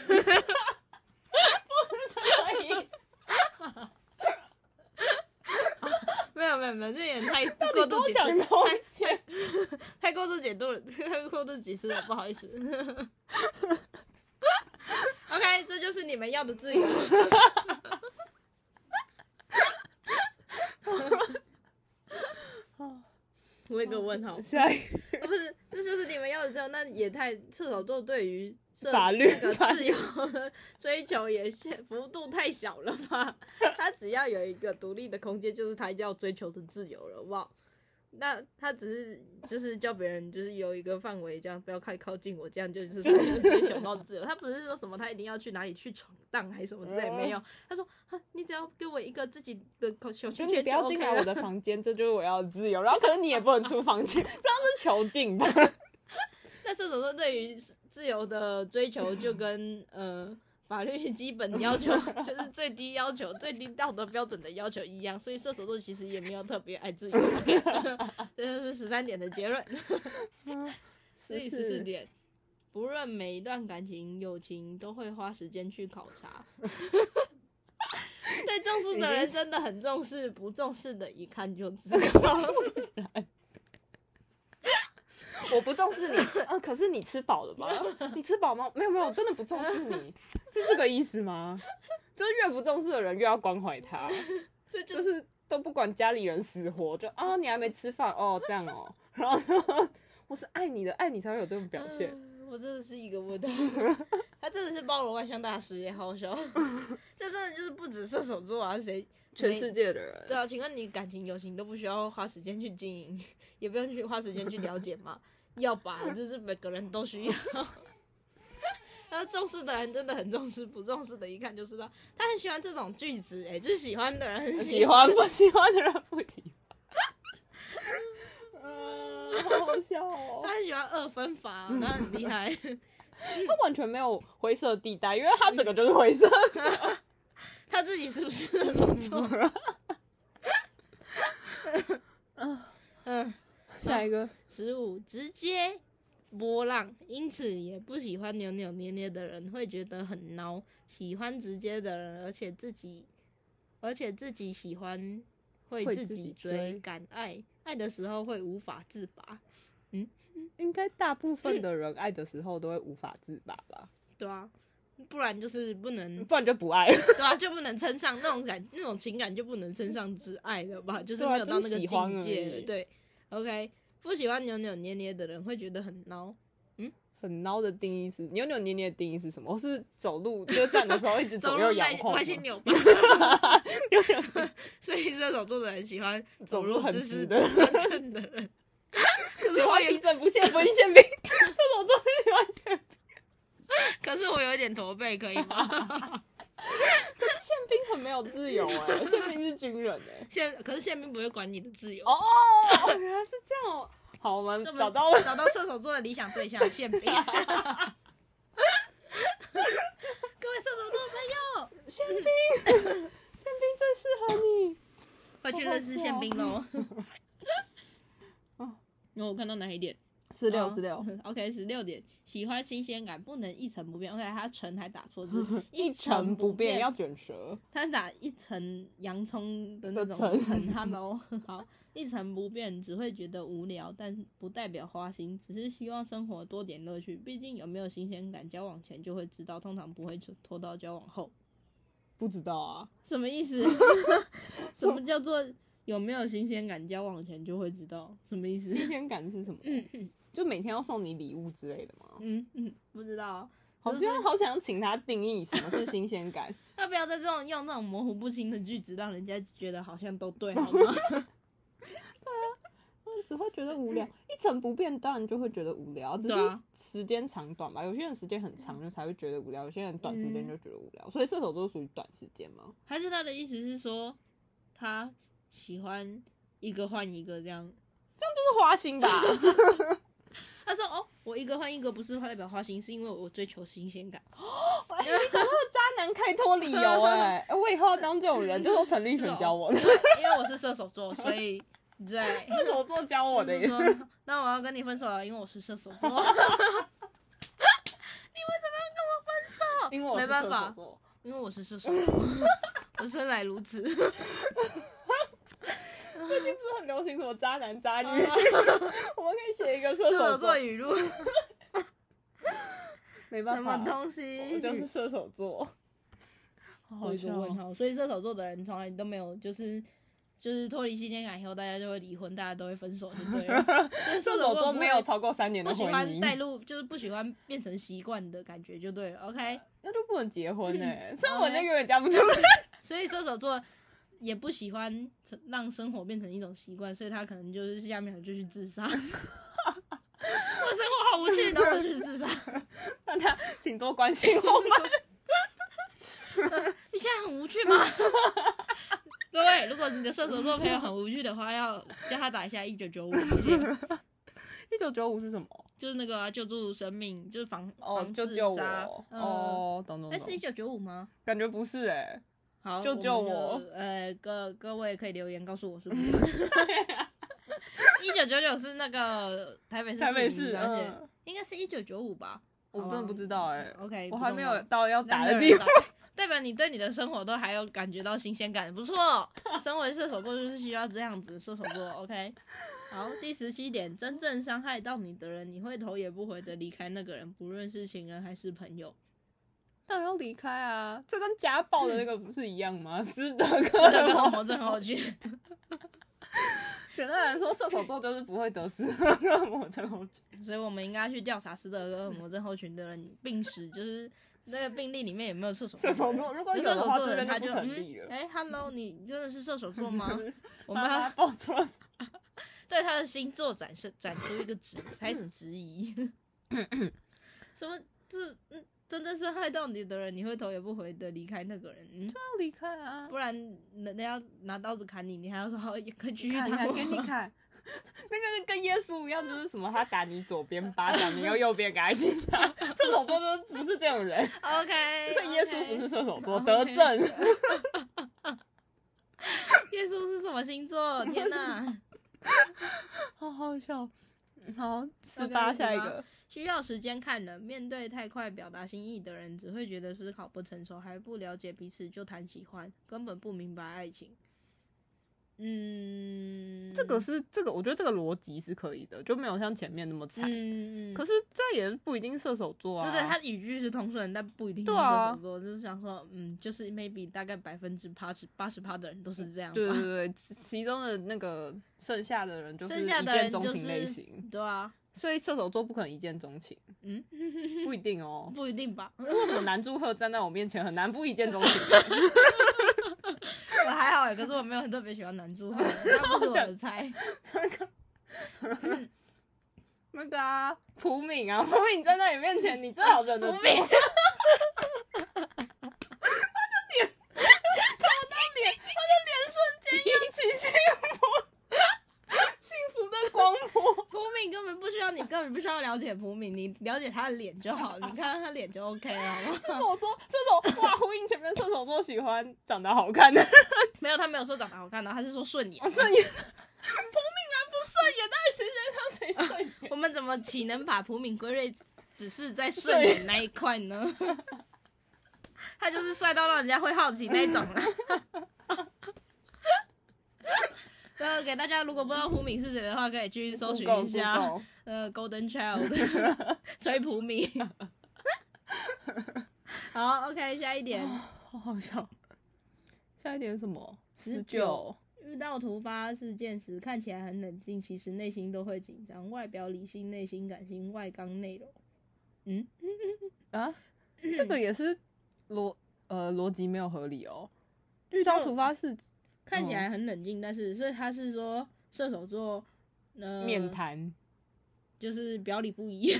[SPEAKER 2] 没有没有没有，这有点 太过
[SPEAKER 1] 你跟
[SPEAKER 2] 度
[SPEAKER 1] 我
[SPEAKER 2] 解
[SPEAKER 1] 讲
[SPEAKER 2] 释，
[SPEAKER 1] 东西，
[SPEAKER 2] 太过度解读了， 太过度解释了，不好意思。OK，这就是你们要的自由。 我有一个问号，
[SPEAKER 1] 下一个
[SPEAKER 2] 啊 不是，这就是你们要的自由，那也太射手座对于射
[SPEAKER 1] 法律
[SPEAKER 2] 那个
[SPEAKER 1] 法
[SPEAKER 2] 自由的追求也是幅度太小了吧？他只要有一个独立的空间，就是他要追求的自由了，哇！那他只是就是叫别人就是有一个范围，这样不要太靠近我，这样就是
[SPEAKER 1] 就是
[SPEAKER 2] 直接熊到自由。他不是说什么他一定要去哪里去闯荡还是什么之类，
[SPEAKER 1] 嗯
[SPEAKER 2] 没有。他说啊，你只要给我一个自己的口小
[SPEAKER 1] 就
[SPEAKER 2] 圈
[SPEAKER 1] 你
[SPEAKER 2] 圈
[SPEAKER 1] 不
[SPEAKER 2] 就
[SPEAKER 1] 要进
[SPEAKER 2] OK
[SPEAKER 1] 来我
[SPEAKER 2] 了。
[SPEAKER 1] 的房间，这就是我要的自由。然后可是你也不能出房间，这样是囚禁 吧？
[SPEAKER 2] 那射手座对于自由的追求就跟呃法律基本要求 就是最低要求、最低道德标准的要求一样，所以射手座其实也没有特别爱自由。 这就是十三点的结论。所以十四
[SPEAKER 1] 14
[SPEAKER 2] 点，不论每一段感情、友情，都会花时间去考察。对重视的人真的很重视，不重视的一看就知道。
[SPEAKER 1] 我不重视你，呃，可是你吃饱了 吧？你吃饱吗？没有没有，我真的不重视你，是这个意思吗？就是越不重视的人越要关怀他，
[SPEAKER 2] 这就嗯
[SPEAKER 1] 就是是都不管家里人死活，就啊你还没吃饭哦这样哦，然后 我是爱你的，爱你才会有这种表现。
[SPEAKER 2] 嗯我真的是一个问 号，他真的是包罗万象大师耶，好笑。这真的就是不止射手座啊，谁
[SPEAKER 1] 全世界的人
[SPEAKER 2] 对啊，请问你感情、友情都不需要花时间去经营，也不用去花时间去了解吗？要吧，就是每个人都需要。 他重视的人真的很重视，不重视的一看就知道。他很喜欢这种句子，哎，就是喜欢的人很
[SPEAKER 1] 喜
[SPEAKER 2] 欢。
[SPEAKER 1] 欢不喜欢的人不喜欢。嗯，好好笑哦！
[SPEAKER 2] 他很喜欢二分法，那很厉害。
[SPEAKER 1] 他完全没有灰色地带，因为他整个就是灰色。
[SPEAKER 2] 他自己是不是射手座？ 嗯，
[SPEAKER 1] 下一个，
[SPEAKER 2] 十五直接波浪，因此也不喜欢扭扭捏捏的人会觉得很孬，喜欢直接的人，而且自己而且自己喜欢会
[SPEAKER 1] 会
[SPEAKER 2] 自
[SPEAKER 1] 自
[SPEAKER 2] 己
[SPEAKER 1] 己
[SPEAKER 2] 追，
[SPEAKER 1] 追
[SPEAKER 2] 敢爱，爱的时候会无法自拔。
[SPEAKER 1] 应该大部分的人爱的时候都会无法自拔吧，
[SPEAKER 2] 对啊，不然就是不能，
[SPEAKER 1] 不然就不爱了。
[SPEAKER 2] 对啊，就不能称上那种感，那种情感就不能称上之爱了吧？就是
[SPEAKER 1] 对啊
[SPEAKER 2] 没有
[SPEAKER 1] 就
[SPEAKER 2] 到那
[SPEAKER 1] 是
[SPEAKER 2] 个
[SPEAKER 1] 喜欢
[SPEAKER 2] 境界
[SPEAKER 1] 而
[SPEAKER 2] 了。
[SPEAKER 1] 已
[SPEAKER 2] 对，OK，不喜欢扭扭捏捏的人会觉得很孬，
[SPEAKER 1] 很孬的定义是扭扭捏捏的定义是什么？我是走路就是站的时候一直
[SPEAKER 2] 走
[SPEAKER 1] 左右
[SPEAKER 2] 路
[SPEAKER 1] 摇
[SPEAKER 2] 歪
[SPEAKER 1] 晃吗，
[SPEAKER 2] 歪去扭吧。
[SPEAKER 1] 扭扭捏
[SPEAKER 2] 所以射手座的人喜欢走路
[SPEAKER 1] 走路很
[SPEAKER 2] 姿势
[SPEAKER 1] 直的人
[SPEAKER 2] 端正的人。 可是
[SPEAKER 1] 喜
[SPEAKER 2] 我
[SPEAKER 1] 欢
[SPEAKER 2] 有
[SPEAKER 1] 平，整不陷不一宪兵，这种东西喜欢宪
[SPEAKER 2] 可是我有一点驼背，可以吗？
[SPEAKER 1] 宪兵很没有自由哎、宪兵是军人哎、
[SPEAKER 2] 宪，可是宪兵不会管你的自由。
[SPEAKER 1] 哦，原来是这样哦。好，我们
[SPEAKER 2] 这么
[SPEAKER 1] 找到了。
[SPEAKER 2] 找到射手座的理想对象，宪兵。各位 射手座朋友，
[SPEAKER 1] 宪兵，宪兵最适合你。
[SPEAKER 2] 快去认识宪兵 喽！因为我看到哪一点？
[SPEAKER 1] 哦十
[SPEAKER 2] 哦
[SPEAKER 1] 六，
[SPEAKER 2] OK，十六点，喜欢新鲜感，不能一成不变。OK，他成还打错 字，
[SPEAKER 1] 一成不变要卷舌。
[SPEAKER 2] 他打一层洋葱的那种
[SPEAKER 1] 的层
[SPEAKER 2] 层，Hello，好，一成不变，只会觉得无聊，但不代表花心，只是希望生活多点乐趣。毕竟有没有新鲜感，交往前就会知道，通常不会拖到交往后。
[SPEAKER 1] 不知道啊，
[SPEAKER 2] 什么 意思？什么叫做有没有新鲜感，交往前就会知道？什么意思？
[SPEAKER 1] 新鲜感是什么？就每天要送你礼物之类的吗？
[SPEAKER 2] 嗯嗯，不知道。
[SPEAKER 1] 好
[SPEAKER 2] 就是
[SPEAKER 1] 像好想请他定义什么是新鲜感。
[SPEAKER 2] 要不要在这种用那种模糊不清的句子，让人家觉得好像都对，好 吗？
[SPEAKER 1] 嗯只会觉得无聊，一成不变，当然就会觉得无聊，只
[SPEAKER 2] 对
[SPEAKER 1] 是
[SPEAKER 2] 啊
[SPEAKER 1] 时间长短吧。有些人时间很长就才会觉得无聊，有些人短时间
[SPEAKER 2] 嗯
[SPEAKER 1] 就觉得无聊。所以射手座属于短时间吗？
[SPEAKER 2] 还是他的意思是说，他喜欢一个换一个这样？
[SPEAKER 1] 就是花心吧。
[SPEAKER 2] 他说：“哦，我一个换一个不是代表花心，是因为我追求新鲜感。
[SPEAKER 1] 哎你找到 渣男开脱理由哎、哎我以后要当这种人，就说陈立群教 我的，
[SPEAKER 2] 因为我是射手座，所以对。”
[SPEAKER 1] 射手座教 我的
[SPEAKER 2] 就
[SPEAKER 1] 耶
[SPEAKER 2] 是。说，那我要跟你分手了，因为我是射手座。
[SPEAKER 1] 因为我是
[SPEAKER 2] 没办
[SPEAKER 1] 射
[SPEAKER 2] 法
[SPEAKER 1] 手座，
[SPEAKER 2] 因为我是射手座， 我生来如此。
[SPEAKER 1] 最近不是很流行什么渣男渣女，
[SPEAKER 2] 射
[SPEAKER 1] 我们可以写一个射
[SPEAKER 2] 嗯
[SPEAKER 1] 手
[SPEAKER 2] 手座
[SPEAKER 1] 座，
[SPEAKER 2] 语 录，什
[SPEAKER 1] 没办
[SPEAKER 2] 么
[SPEAKER 1] 法，
[SPEAKER 2] 东西？
[SPEAKER 1] 我就是射手座。
[SPEAKER 2] 有
[SPEAKER 1] 好
[SPEAKER 2] 一个问 号，所以射手座的人从来都没有就是就是脱离新鲜感以后，大家就会离婚，大家都会分手，就对 了。就是
[SPEAKER 1] 射手
[SPEAKER 2] 手
[SPEAKER 1] 座
[SPEAKER 2] 不
[SPEAKER 1] 没有
[SPEAKER 2] 会
[SPEAKER 1] 超过三年
[SPEAKER 2] 不
[SPEAKER 1] 的
[SPEAKER 2] 喜
[SPEAKER 1] 婚
[SPEAKER 2] 欢带
[SPEAKER 1] 姻，
[SPEAKER 2] 入，就是不喜欢变成习惯的感觉，就对了。OK，
[SPEAKER 1] 那就不能结婚哎、这样
[SPEAKER 2] 好
[SPEAKER 1] 我
[SPEAKER 2] 嘞
[SPEAKER 1] 就永远嫁不出去。
[SPEAKER 2] 所以射手座也不喜欢成让生活变成一种习惯，所以他可能就是下面就去自杀。我 生活好无趣，然后就去自杀。
[SPEAKER 1] 大家请多关心我们。
[SPEAKER 2] 你现在很无趣 吗？各位，如果你的射手座朋友很无趣的话，要叫他打一下一九九五，
[SPEAKER 1] 一九九五是什么？
[SPEAKER 2] 就是那个啊、救助生命，就是防
[SPEAKER 1] 哦，
[SPEAKER 2] 防
[SPEAKER 1] 救
[SPEAKER 2] 自
[SPEAKER 1] 救我
[SPEAKER 2] 杀。嗯，
[SPEAKER 1] 哦，懂懂
[SPEAKER 2] 哎、是一
[SPEAKER 1] 懂，
[SPEAKER 2] 九九五吗？
[SPEAKER 1] 感觉不是哎，
[SPEAKER 2] 好，
[SPEAKER 1] 救救我
[SPEAKER 2] 们就！呃，各各位可以留言告诉我是 不 是。一九九九是那个台北市
[SPEAKER 1] 台北
[SPEAKER 2] 市
[SPEAKER 1] 市，
[SPEAKER 2] 民而且
[SPEAKER 1] 嗯，
[SPEAKER 2] 应该是一九九五吧？
[SPEAKER 1] 我
[SPEAKER 2] 好
[SPEAKER 1] 真的
[SPEAKER 2] 吧
[SPEAKER 1] 不知道哎，
[SPEAKER 2] OK，
[SPEAKER 1] 我
[SPEAKER 2] 不
[SPEAKER 1] 还
[SPEAKER 2] 重
[SPEAKER 1] 没
[SPEAKER 2] 要
[SPEAKER 1] 有到要
[SPEAKER 2] 那
[SPEAKER 1] 打
[SPEAKER 2] 没有
[SPEAKER 1] 的
[SPEAKER 2] 人
[SPEAKER 1] 地
[SPEAKER 2] 打
[SPEAKER 1] 方。
[SPEAKER 2] 代表你对你的生活都还有感觉到新鲜感，不错。身为射手座就是需要这样子，射手座 OK。好，第十七点，真正伤害到你的人，你会头也不回的离开那个人，不论是情人还是朋友。
[SPEAKER 1] 当然要离开啊， 这跟家暴的那个不是一样 吗？斯德哥
[SPEAKER 2] 这个
[SPEAKER 1] 的
[SPEAKER 2] 跟
[SPEAKER 1] 吗？
[SPEAKER 2] 魔症候群，
[SPEAKER 1] 简单来说，射手座就是不会得斯 德哥魔症候群。
[SPEAKER 2] 所以我们应该去调查斯德哥尔摩症候群的人病史，就是那个病例里面有没有射手座的人？
[SPEAKER 1] 射手座如果有
[SPEAKER 2] 就射
[SPEAKER 1] 的
[SPEAKER 2] 手
[SPEAKER 1] 话
[SPEAKER 2] 座的人
[SPEAKER 1] 这
[SPEAKER 2] 他
[SPEAKER 1] 边就
[SPEAKER 2] 就
[SPEAKER 1] 不成立
[SPEAKER 2] 嗯
[SPEAKER 1] 了，
[SPEAKER 2] 哎、h e l l o 你真的是射手座吗？ 我们
[SPEAKER 1] 妈妈
[SPEAKER 2] 要
[SPEAKER 1] 报错 了，
[SPEAKER 2] 对他的星座展示展出一个质，开始质疑，
[SPEAKER 1] 嗯
[SPEAKER 2] 什么这嗯，真的是害到你的人，你会头也不回的离开那个人，嗯，
[SPEAKER 1] 要离开啊！
[SPEAKER 2] 不然人家要拿刀子砍你，你还要说好，也可以继续
[SPEAKER 1] 看
[SPEAKER 2] 打
[SPEAKER 1] 看，
[SPEAKER 2] 我。
[SPEAKER 1] 给你看。那个跟耶稣一样，就是什么，他打你左边巴掌，你用右边给他一 起打。射手座就不是这种人，
[SPEAKER 2] 哎 OK，
[SPEAKER 1] 所以 耶稣不是射手座，
[SPEAKER 2] OK
[SPEAKER 1] 得正。
[SPEAKER 2] 耶稣是什么星座？天哪！
[SPEAKER 1] 好好笑。好，十
[SPEAKER 2] OK，
[SPEAKER 1] 八
[SPEAKER 2] 18
[SPEAKER 1] 下一个，
[SPEAKER 2] 需要时间看人，面对太快表达心意的人，只会觉得思考不成熟，还不了解彼此就谈喜欢，根本不明白爱情。嗯，
[SPEAKER 1] 这个是这个，我觉得这个逻辑是可以的，就没有像前面那么惨。
[SPEAKER 2] 嗯，嗯嗯
[SPEAKER 1] 可是这也不一定射手座啊。
[SPEAKER 2] 对对，他语句是通顺，但不一定是
[SPEAKER 1] 对啊
[SPEAKER 2] 射手座，就是想说，嗯，就是 maybe 大概百分之八十八十趴的人都是这样吧。
[SPEAKER 1] 对对对，其其中的那个剩下的人就是
[SPEAKER 2] 剩下
[SPEAKER 1] 一
[SPEAKER 2] 的人
[SPEAKER 1] 见钟
[SPEAKER 2] 就是
[SPEAKER 1] 情类型，
[SPEAKER 2] 对啊，
[SPEAKER 1] 所以射手座不可能一见钟情，
[SPEAKER 2] 嗯，
[SPEAKER 1] 不一定 哦。
[SPEAKER 2] 不一定吧。
[SPEAKER 1] 为什么男祝贺站在我面前很难不一见钟 情？
[SPEAKER 2] 我还好哎，可是我没有特别喜欢男 主角，那不是我的菜。
[SPEAKER 1] 那个啊，朴敏啊，朴敏站在你面前，你最好忍得住。
[SPEAKER 2] 朴敏
[SPEAKER 1] 瞬间扬起幸福， 幸福的光波。
[SPEAKER 2] 朴敏根本不需要你，根本不需要了解朴敏，你了解他的脸就好，你看看他脸就 OK 了，好不
[SPEAKER 1] 射
[SPEAKER 2] 好？
[SPEAKER 1] 手座，射手哇，呼应前面射手座喜欢长得好 看的，
[SPEAKER 2] 没有，他没有说长得好看的，他是说顺 眼
[SPEAKER 1] 我。顺 眼。啊朴敏然不顺眼，那谁先上谁 顺眼？
[SPEAKER 2] 我们怎么岂能把朴敏归类只是在顺眼那一块呢？他就是帅到让人家会好奇那一种啦。呃，给大家如果不知道朴敏是谁的话，可以去搜寻一下
[SPEAKER 1] Google，Google
[SPEAKER 2] 呃 Golden Child 吹朴敏。好，OK，下一点。
[SPEAKER 1] 好好笑。下一点是什么？
[SPEAKER 2] 19
[SPEAKER 1] 19
[SPEAKER 2] 遇到突发事件时，看起来很冷静，其实内心都会紧张。外表理性，内心感性，外刚内柔。嗯，
[SPEAKER 1] 啊，这个也是逻呃逻辑没有合理哦。遇到突发事
[SPEAKER 2] 看起来很冷静，但是所以他是说射手座，呃，
[SPEAKER 1] 面谈，
[SPEAKER 2] 就是表里不一。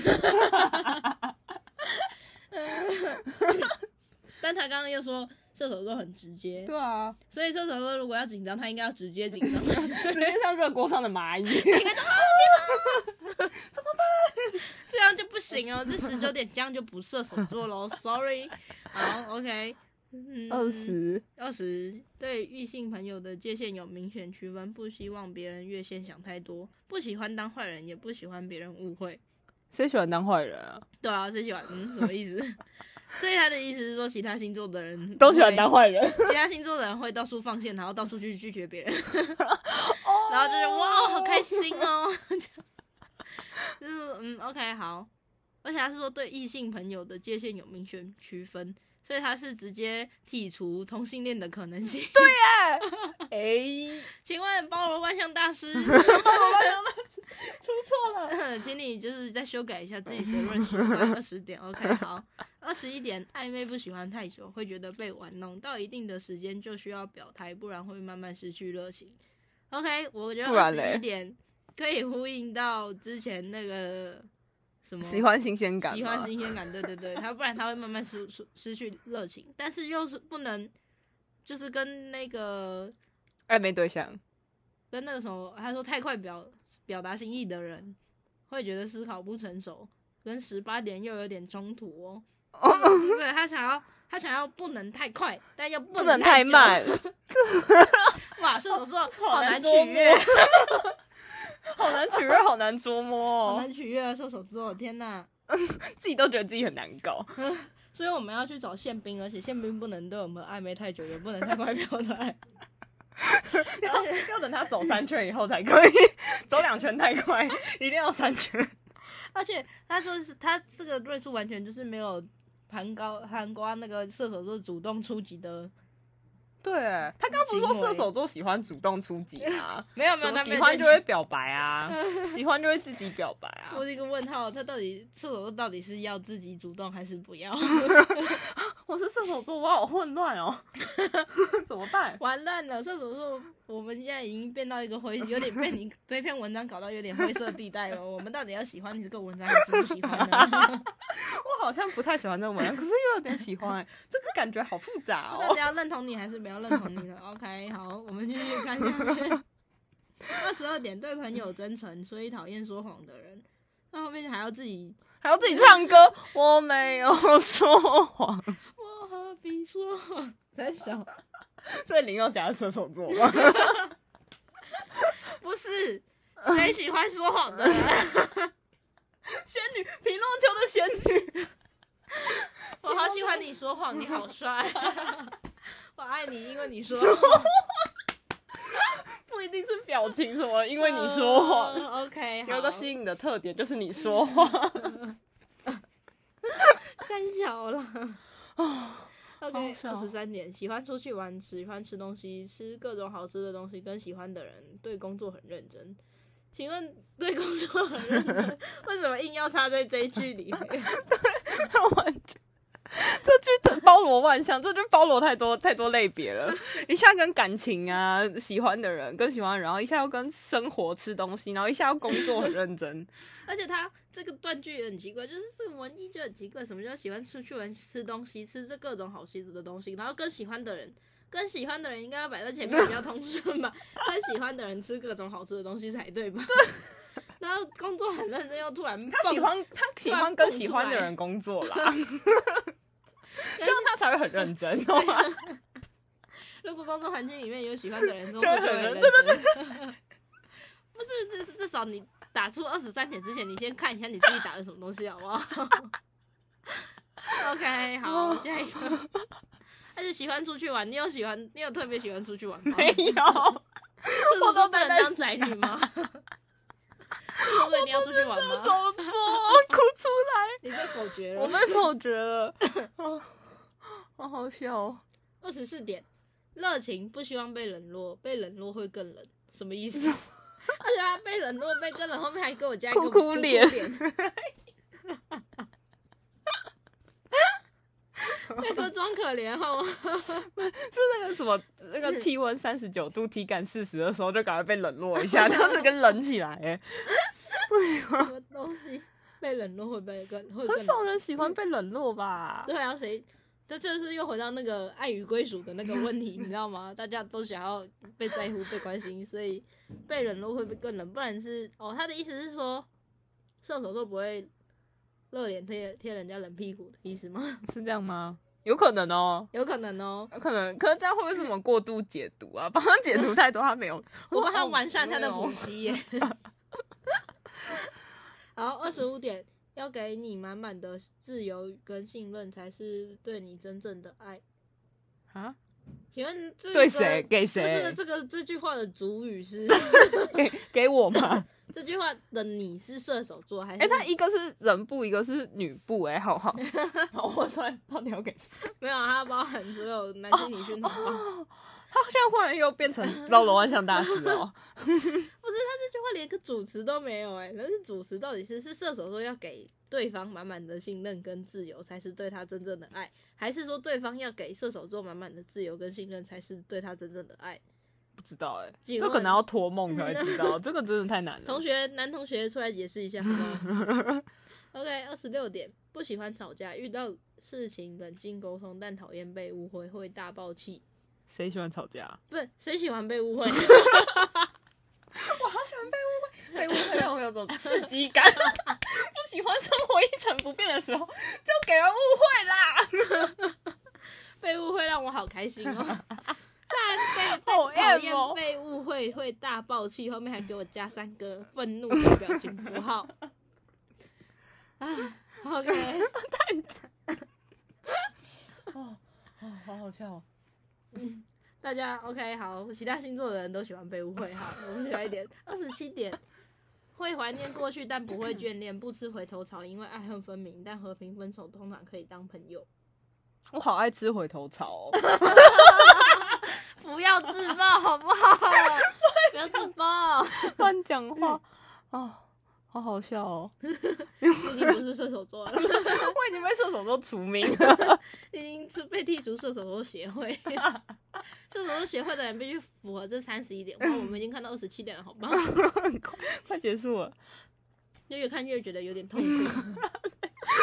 [SPEAKER 2] 但他刚刚又说射手座很直接，
[SPEAKER 1] 对啊，
[SPEAKER 2] 所以射手座如果要紧张，他应该要直接紧 张。
[SPEAKER 1] 直接像热锅上的蚂蚁。
[SPEAKER 2] 这样就不行哦，这十九点这样就不射手座喽 ，sorry。好，OK，嗯，
[SPEAKER 1] 十，
[SPEAKER 2] 二十，对异性朋友的界限有明显区分，不希望别人越线想太多，不喜欢当坏人，也不喜欢别人误会。
[SPEAKER 1] 谁喜欢当坏人啊？
[SPEAKER 2] 对啊，最喜欢，嗯，什么意思？ 所以他的意思是说，其他星座的人
[SPEAKER 1] 都喜欢当
[SPEAKER 2] 坏，
[SPEAKER 1] 坏人。
[SPEAKER 2] 其他星座的人会到处放线，然后到处去拒 绝别人，然后就是哇，好开心哦，就是嗯，OK，好，而且他是说对异性朋友的界限有明显区分，所以他是直接剔除同性恋的可能性。 对，
[SPEAKER 1] 哎、
[SPEAKER 2] 请问包罗万象大师，
[SPEAKER 1] 出错了。
[SPEAKER 2] 请你就是再修改一下自己的论述， 关二十点，OK，好，二十一点，暧昧不喜欢太久，会觉得被玩弄，到一定的时间就需要表态，不然会慢慢失去热情。OK，我觉得
[SPEAKER 1] 不
[SPEAKER 2] 二
[SPEAKER 1] 然
[SPEAKER 2] 十
[SPEAKER 1] 嘞
[SPEAKER 2] 一点可以呼应到之前那个什么
[SPEAKER 1] 喜欢新鲜感吗，
[SPEAKER 2] 喜欢新鲜感，对对对，他不然他会慢慢失失失去热情，但是又是不能，就是跟那个
[SPEAKER 1] 暧昧哎对象，
[SPEAKER 2] 跟那个什么，他说太快表表达心意的人，会觉得思考不成熟，跟十八点又有点冲突哦。对对，他想要他想要不能太快，但又不
[SPEAKER 1] 不能太
[SPEAKER 2] 久
[SPEAKER 1] 慢。，
[SPEAKER 2] 哇，射手座
[SPEAKER 1] 好
[SPEAKER 2] 哦难
[SPEAKER 1] 难
[SPEAKER 2] 取
[SPEAKER 1] 捉
[SPEAKER 2] 悦哦
[SPEAKER 1] 摸，好难取悦，好难捉摸
[SPEAKER 2] 好
[SPEAKER 1] 哦，
[SPEAKER 2] 难取悦啊射手座，天哪！
[SPEAKER 1] 自己都觉得自己很难搞。
[SPEAKER 2] 所以我们要去找宪兵，而且宪兵不能对我们暧昧太久，也不能太快表达。
[SPEAKER 1] 要要等他走三圈以后才可以，走两圈太快，一定要三圈。
[SPEAKER 2] 而且他说是他这个论述完全就是没有盘高盘瓜那个射手座主动出击的，
[SPEAKER 1] 对他刚不是说射手座喜欢主动出击啊，
[SPEAKER 2] 没有没
[SPEAKER 1] 什
[SPEAKER 2] 有，
[SPEAKER 1] 么
[SPEAKER 2] 他没
[SPEAKER 1] 喜
[SPEAKER 2] 有
[SPEAKER 1] 欢
[SPEAKER 2] 这
[SPEAKER 1] 就
[SPEAKER 2] 样
[SPEAKER 1] 会表白啊，喜欢就会自己表白啊
[SPEAKER 2] 讲。我。是一个问号，他到底射手座到底是要自己主动还是不要？
[SPEAKER 1] 我是射手座，我好混乱哦， 怎么办？
[SPEAKER 2] 完蛋了，射手座我们现在已经变到一个灰，有点被你这篇文章搞到有点灰色地带了。我们到底要喜欢你这个文章还是不喜欢呢？
[SPEAKER 1] 我好像不太喜欢这种文章，可是又有点喜欢，这个感觉好复杂
[SPEAKER 2] 我到
[SPEAKER 1] 哦
[SPEAKER 2] 底。要认同你还是不要认同你呢？OK，好，我们继续看下面。二十二点，对朋友真诚，所以讨厌说谎的人。那后面还要自己，
[SPEAKER 1] 还要自己唱歌，我没有说谎。
[SPEAKER 2] 我何必说谎？在想，
[SPEAKER 1] 所以林宥嘉是射手座吗？
[SPEAKER 2] 不是谁喜欢说谎的人？
[SPEAKER 1] 仙女，评论球的仙女，
[SPEAKER 2] 我好喜欢你说谎，你好帅， 我爱你，因为你说 谎，
[SPEAKER 1] 不一定是表情什么，因为你说 谎。
[SPEAKER 2] 嗯 OK，
[SPEAKER 1] 有一
[SPEAKER 2] 好
[SPEAKER 1] 个吸引的特点就是你说话，
[SPEAKER 2] 三小 了。OK，哦
[SPEAKER 1] 小
[SPEAKER 2] 二十三点，喜欢出去玩，喜欢吃东西，吃各种好吃的东西，跟喜欢的人，对工作很认真。请问对工作很认 真，为什么硬要插在这一句里面？
[SPEAKER 1] 完全。这句的包罗万象，这就包罗太多太多类别 了。一下跟感情啊，喜欢的人跟喜欢的人，然后一下又跟生活吃东西，然后一下要工作很认真。
[SPEAKER 2] 而且他这个断句也很奇怪，就是这个文艺就很奇怪，什么叫喜欢出去玩、吃东西、吃这各种好吃的东西，然后跟喜欢的人。跟喜欢的人应该要摆在前面比较通顺吧，跟喜欢的人吃各种好吃的东西才对吧？ 然后工作很认真，又突然
[SPEAKER 1] 他喜
[SPEAKER 2] 蹦
[SPEAKER 1] 欢他喜欢跟喜欢的人工作啦， 这样他才会很认真，哦 懂吗？
[SPEAKER 2] 如果工作环境里面有喜欢的人，工作
[SPEAKER 1] 就会
[SPEAKER 2] 就会
[SPEAKER 1] 很
[SPEAKER 2] 认
[SPEAKER 1] 认
[SPEAKER 2] 真。 不是，这是至少你打出二十三点之前，你先看一下你自己打了什么东西，好不好 ？OK，好，下一个。但是喜欢出去玩，你有喜欢，你有特别喜欢出去玩吗？
[SPEAKER 1] 没有，
[SPEAKER 2] 射手
[SPEAKER 1] 我
[SPEAKER 2] 座
[SPEAKER 1] 都
[SPEAKER 2] 不
[SPEAKER 1] 待
[SPEAKER 2] 能
[SPEAKER 1] 在
[SPEAKER 2] 当宅女吗？射手座一定要出去玩
[SPEAKER 1] 射
[SPEAKER 2] 吗？
[SPEAKER 1] 手座 哭出来，
[SPEAKER 2] 你被否决
[SPEAKER 1] 我
[SPEAKER 2] 了。
[SPEAKER 1] 被否决了， 啊，好好笑哦。
[SPEAKER 2] 二十四点，热情不希望被冷落，被冷落会更冷，什么意思？ 而且他被冷落、被更冷，后面还给我加一个
[SPEAKER 1] 哭哭
[SPEAKER 2] 哭
[SPEAKER 1] 脸
[SPEAKER 2] 被哥装可怜好吗？
[SPEAKER 1] 是那 个什么，那个气温三十九度，体感四十的时候，就赶快被冷落一 下，然后整个冷起来。哎，
[SPEAKER 2] 什么东西被冷落会被更会
[SPEAKER 1] 很
[SPEAKER 2] 更
[SPEAKER 1] 少
[SPEAKER 2] 冷？
[SPEAKER 1] 人喜欢被冷落吧？
[SPEAKER 2] 对啊，谁？这就是又回到那个爱与归属的那个问题，你知道吗？大家都想要被在乎、被关心，所以被冷落会被更冷。不然是哦，他的意思是说，射手座不会热脸贴贴人家冷屁股的意思吗？
[SPEAKER 1] 是这样吗？有可能哦。
[SPEAKER 2] 有可能哦，
[SPEAKER 1] 有可能，可是这样会不会是我们过度解读啊？帮他解读太多，他没有。
[SPEAKER 2] 我帮他完善他
[SPEAKER 1] 哦
[SPEAKER 2] 的
[SPEAKER 1] 没有
[SPEAKER 2] 补习耶。 好，二十五点，要给你满满的自由跟信任，才是对你真正的爱。
[SPEAKER 1] 啊？
[SPEAKER 2] 请问这
[SPEAKER 1] 对
[SPEAKER 2] 个
[SPEAKER 1] 谁给谁
[SPEAKER 2] 这是这个这句话的主语 是
[SPEAKER 1] 给给我 吗？
[SPEAKER 2] 这句话的你是射手座还是？
[SPEAKER 1] 哎、他一个是人部，一个是女部、哎，好 好好划算，到底要给谁？
[SPEAKER 2] 没有，它包含所有男性女性
[SPEAKER 1] 哦
[SPEAKER 2] 同胞。哦
[SPEAKER 1] 他现在忽然又变成绕楼万象大师 哦，
[SPEAKER 2] 不是，他这句话连个主词都没有哎、可是主词到底是是射手座要给对方满满的信任跟自由才是对他真正的爱，还是说对方要给射手座满满的自由跟信任才是对他真正的爱？
[SPEAKER 1] 不知道哎、
[SPEAKER 2] 请
[SPEAKER 1] 这可
[SPEAKER 2] 问
[SPEAKER 1] 能要托梦才会知 道，这个真的太难了。
[SPEAKER 2] 同学，男同学出来解释一下好吗 ？OK，二十六点，不喜欢吵架，遇到事情冷静沟通，但讨厌被误会，会大爆气。
[SPEAKER 1] 谁喜欢吵架？
[SPEAKER 2] 不是，谁喜欢被误 会？
[SPEAKER 1] 我好喜欢被误会，被误会让我有种刺激感。 不喜欢生活一成不变的时候，就给人误会啦。
[SPEAKER 2] 被误会让我好开心 哦。但被
[SPEAKER 1] 好
[SPEAKER 2] 但讨
[SPEAKER 1] M 哦
[SPEAKER 2] 厌被误会会大爆气，后面还给我加三个愤怒的表情符 号。啊，OK，
[SPEAKER 1] 哦，哦，好好笑、哦。
[SPEAKER 2] 大家 OK 好，其他星座的人都喜欢被误会。 好，我们小一点，二十七点。会怀念过去，但不会眷 恋，不吃回头草，因为爱恨分明。但和平分手通常可以当朋友。
[SPEAKER 1] 我好爱吃回头草哦。
[SPEAKER 2] 不要自 爆，好不好？不要自爆，
[SPEAKER 1] 乱讲话，哦，好好笑哦。
[SPEAKER 2] 毕竟不是射手座了。
[SPEAKER 1] 我已经被射手座除名了。
[SPEAKER 2] 已经出被剔除射手座协 会。射手座协会的人必须符合这三十一点。哇，我们已经看到二十七点了，好棒！
[SPEAKER 1] 快快结束了，
[SPEAKER 2] 就越看越觉得有点痛苦。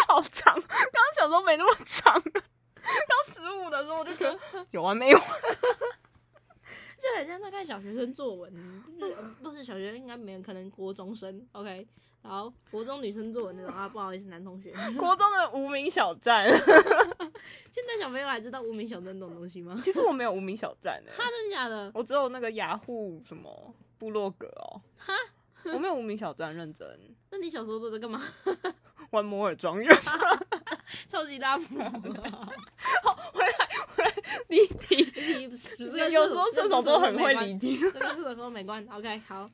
[SPEAKER 1] 好长。刚刚想说没那么长，到十五的时候我就觉得有完没完。
[SPEAKER 2] 这很像在看小学生作 文，就是呃不是小学生应该没人，可能国中生。OK，然后国中女生作文那种啊，不好意思，男同学。
[SPEAKER 1] 国中的无名小站，
[SPEAKER 2] 现在小朋友还知道无名小镇这种东西吗？
[SPEAKER 1] 其实我没有无名小站欸诶、
[SPEAKER 2] 他真的假的？
[SPEAKER 1] 我只有那个雅虎什么部落格哦。
[SPEAKER 2] 哈，
[SPEAKER 1] 我没有无名小站认真
[SPEAKER 2] 那你小时候都在干嘛？
[SPEAKER 1] 玩摩尔庄园。
[SPEAKER 2] 超级大魔，
[SPEAKER 1] 离题，
[SPEAKER 2] 你不是
[SPEAKER 1] 有时候射手座很会离
[SPEAKER 2] 理。
[SPEAKER 1] 题。
[SPEAKER 2] 这个是什么没关？OK，好，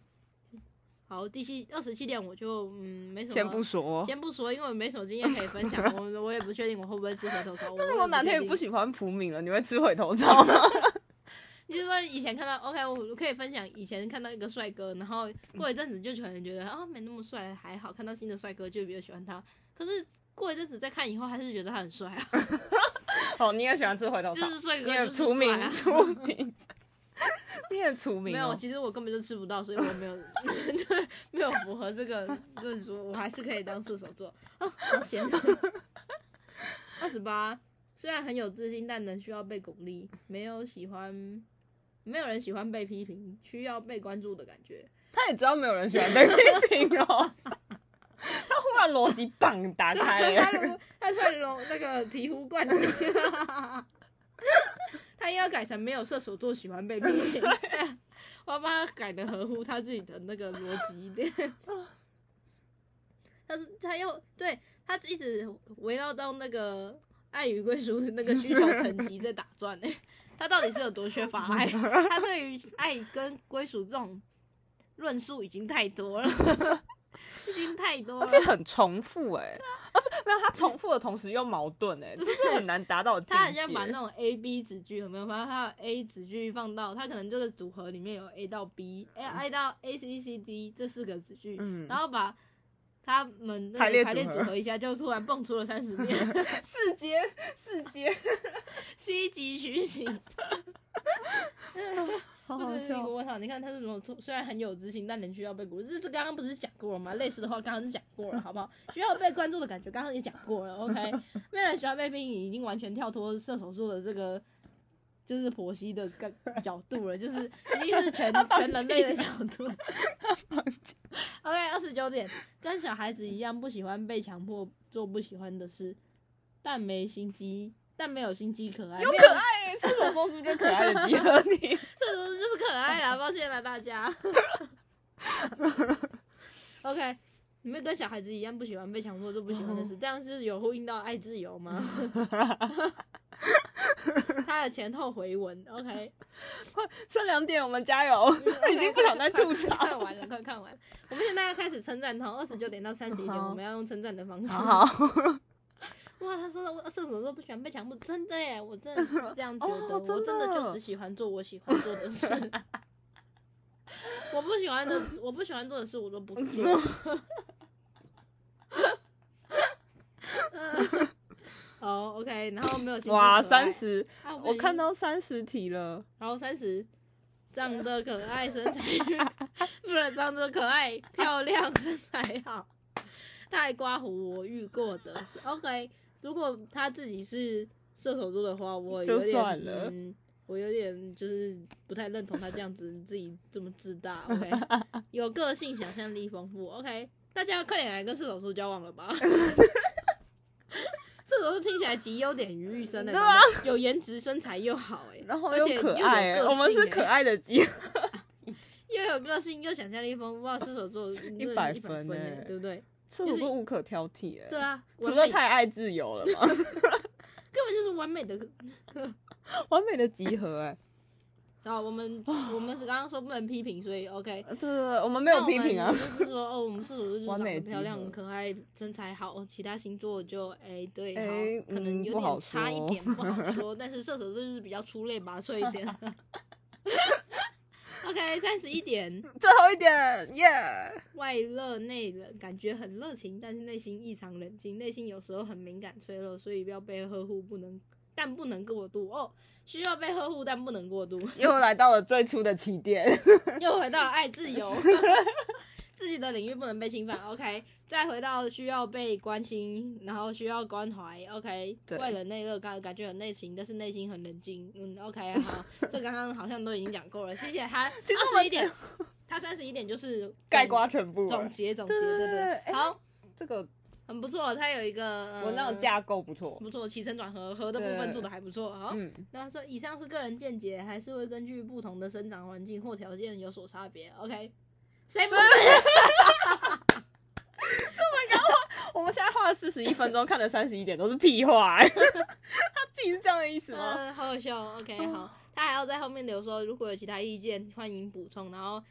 [SPEAKER 2] 好，第七二十七点我就嗯没什么，
[SPEAKER 1] 先不说，
[SPEAKER 2] 先不说，因为我没什么经验可以分享，我我也不确定我会不会吃回头草。那
[SPEAKER 1] 如果哪天你不，喜欢普敏了，你会吃回头草 吗？
[SPEAKER 2] 你就说以前看到 OK，我可以分享以前看到一个帅哥，然后过一阵子就可能觉得啊没那么帅，还好看到新的帅哥就比较喜欢他，可是。过一阵子再看以后，还是觉得他很帅啊，
[SPEAKER 1] 哦，你也喜欢吃回头
[SPEAKER 2] 就
[SPEAKER 1] 草，
[SPEAKER 2] 是帅
[SPEAKER 1] 你
[SPEAKER 2] 哥
[SPEAKER 1] 也
[SPEAKER 2] 就是
[SPEAKER 1] 除名
[SPEAKER 2] 帅啊
[SPEAKER 1] 除名，你也除名
[SPEAKER 2] 没
[SPEAKER 1] 哦。
[SPEAKER 2] 有，其实我根本就吃不到，所以我没有， 就是没有符合这个 论述，我还是可以当射手座啊，好闲。 二十八，虽然很有自信，但仍需要被鼓励，没有喜欢，没有人喜欢被批评，需要被关注的感觉。
[SPEAKER 1] 他也知道没有人喜欢被批评哦。 他忽然逻辑棒打开
[SPEAKER 2] 他
[SPEAKER 1] 了，
[SPEAKER 2] 如 他突然融那个醍醐灌顶， 他应该改成没有射手座喜欢被批评， 我要帮他改的合乎他自己的那个逻辑一点。 他是他要对他一直围绕到那个爱与归属那个需求层级在打转 呢、他到底是有多缺乏 爱？他对于爱跟归属这种论述已经太多了， 已经太多了
[SPEAKER 1] 而。且很重复哎、啊不没有，他重复的同时又矛盾哎、这是很难达到的境界。
[SPEAKER 2] 他很像把那种 A B 子句有没有？把他的 A 子句放到他可能这个组合里面有 A 到 B、A I 到 A C C D 这四个子句，
[SPEAKER 1] 嗯
[SPEAKER 2] 然后把他们那个
[SPEAKER 1] 排列组合
[SPEAKER 2] 排列组合一下，就突然蹦出了三十遍
[SPEAKER 1] 四阶四阶，
[SPEAKER 2] C 级循行。
[SPEAKER 1] 好
[SPEAKER 2] 或
[SPEAKER 1] 好
[SPEAKER 2] 者是一
[SPEAKER 1] 笑
[SPEAKER 2] 个问号，你看他是什么？虽然很有自信，但仍需要被鼓励。这是刚刚不是讲过了吗？类似的话刚刚就讲过了，好不好？需要被关注的感觉，刚刚也讲过了。OK，没人喜欢被批评，已经完全跳脱射手座的这个就是婆媳的个角度了，就是已经是 全
[SPEAKER 1] 放
[SPEAKER 2] 全人类的
[SPEAKER 1] 弃
[SPEAKER 2] 角度。OK，二十九点，跟小孩子一样，不喜欢被强迫做不喜欢的事，但没心机，但没有心机可爱，
[SPEAKER 1] 有
[SPEAKER 2] 没
[SPEAKER 1] 可爱、欸，射手座是不是就可爱的集合体？
[SPEAKER 2] 这种就是可爱啦，抱歉啦大家。OK，你们跟小
[SPEAKER 1] 嗯
[SPEAKER 2] 孩子一样不喜欢被强迫做不喜欢的事，这样是有呼应到爱自由吗？他的前后回文，OK，
[SPEAKER 1] 剩两点，我们加油！已经不想再吐槽
[SPEAKER 2] 快看完了，快看完了。我们现在要开始称赞他，二十九点到三十一点，
[SPEAKER 1] 好
[SPEAKER 2] 我们要用称赞的方式。
[SPEAKER 1] 好好
[SPEAKER 2] 哇，他说的我射手座不喜欢被强迫，真的耶，我真的是这样 觉
[SPEAKER 1] 哦
[SPEAKER 2] 得，
[SPEAKER 1] 真
[SPEAKER 2] 我
[SPEAKER 1] 的
[SPEAKER 2] 真的就只喜欢做我喜欢做 的事。我不喜欢的，我不喜欢做的事，我都不 做。 好，OK，然后没有兴趣
[SPEAKER 1] 哇，
[SPEAKER 2] 可爱
[SPEAKER 1] 三，十，
[SPEAKER 2] 啊不小
[SPEAKER 1] 我
[SPEAKER 2] 心
[SPEAKER 1] 看到三十题了，
[SPEAKER 2] 然后三十，长得可爱，身 材不是长得可爱、漂亮、身材好，太刮胡我遇过的是 OK。如果他自己是射手座的话，我有
[SPEAKER 1] 就
[SPEAKER 2] 点
[SPEAKER 1] 算了
[SPEAKER 2] 嗯，我有点就是不太认同他这样子自己这么自大。OK，有个性、想象力丰富。OK，大家快点来跟射手座交往 了吧。射手座听起来集优点于一身的，
[SPEAKER 1] 对啊
[SPEAKER 2] 有颜值、身材又好、哎，
[SPEAKER 1] 然后
[SPEAKER 2] 而且
[SPEAKER 1] 又可爱、
[SPEAKER 2] 又有个性
[SPEAKER 1] 我们是
[SPEAKER 2] 欸
[SPEAKER 1] 可爱的鸡，
[SPEAKER 2] 又有个性又想象力丰富，哇，射手座一
[SPEAKER 1] 100
[SPEAKER 2] 一
[SPEAKER 1] 分
[SPEAKER 2] 分
[SPEAKER 1] 欸
[SPEAKER 2] 呢，对不对？
[SPEAKER 1] 射手座无可挑剔、欸，
[SPEAKER 2] 对，啊，
[SPEAKER 1] 除
[SPEAKER 2] 完
[SPEAKER 1] 了
[SPEAKER 2] 美
[SPEAKER 1] 太爱自由了嘛，
[SPEAKER 2] 根本就是完美的。
[SPEAKER 1] 完美的集合、欸，
[SPEAKER 2] 好，我们我们是刚刚说不能批评，所以 OK。
[SPEAKER 1] 哎，对对对，我 们没有批评啊
[SPEAKER 2] 那我，们就是说哦，我们射手座就是
[SPEAKER 1] 完
[SPEAKER 2] 长
[SPEAKER 1] 美
[SPEAKER 2] 得
[SPEAKER 1] 集合
[SPEAKER 2] 漂亮、很可爱、身材好，其他星座就哎对，
[SPEAKER 1] 哎
[SPEAKER 2] 好可
[SPEAKER 1] 嗯
[SPEAKER 2] 能
[SPEAKER 1] 不
[SPEAKER 2] 有
[SPEAKER 1] 好
[SPEAKER 2] 点差一
[SPEAKER 1] 说
[SPEAKER 2] 点，不好 说。但是射手座就是比较出类拔萃一点。OK，三十一点，
[SPEAKER 1] 最后一点，耶、
[SPEAKER 2] 外热内冷，感觉很热情，但是内心异常冷静，内心有时候很敏感脆弱，所以不要被呵护，不能但不能过度哦，需要被呵护但不能过度，
[SPEAKER 1] 又来到了最初的起点，
[SPEAKER 2] 又回到了爱自 由，自己的领域不能被侵犯，OK，再回到需要被关心，然后需要关怀，OK，
[SPEAKER 1] 对
[SPEAKER 2] 外冷内热感感觉很内情，但是内心很冷静，嗯，OK，好， 这刚刚好像都已经讲过了，谢谢他，
[SPEAKER 1] 其实
[SPEAKER 2] 二
[SPEAKER 1] 我
[SPEAKER 2] 十一点，他三十一点就是
[SPEAKER 1] 盖瓜全部了
[SPEAKER 2] 总结总结，
[SPEAKER 1] 对对
[SPEAKER 2] 对
[SPEAKER 1] 对哎
[SPEAKER 2] 对，好。
[SPEAKER 1] 这个
[SPEAKER 2] 很不错，它有一个、呃、
[SPEAKER 1] 文章的架构不错，
[SPEAKER 2] 不错，起承转合，合的部
[SPEAKER 1] 对
[SPEAKER 2] 分做的还不错。好，
[SPEAKER 1] 嗯，
[SPEAKER 2] 那他说以上是个人见解，还是会根据不同的生长环境或条件有所差别。OK，谁不是？
[SPEAKER 1] 我们现在花了四十一分钟，看了三十一点，都是屁话、 欸。他自己是这样的意思吗？
[SPEAKER 2] 嗯，好好笑。OK，好，
[SPEAKER 1] 哦
[SPEAKER 2] 他还要在后面留说，如果有其他意见，欢迎补充，然后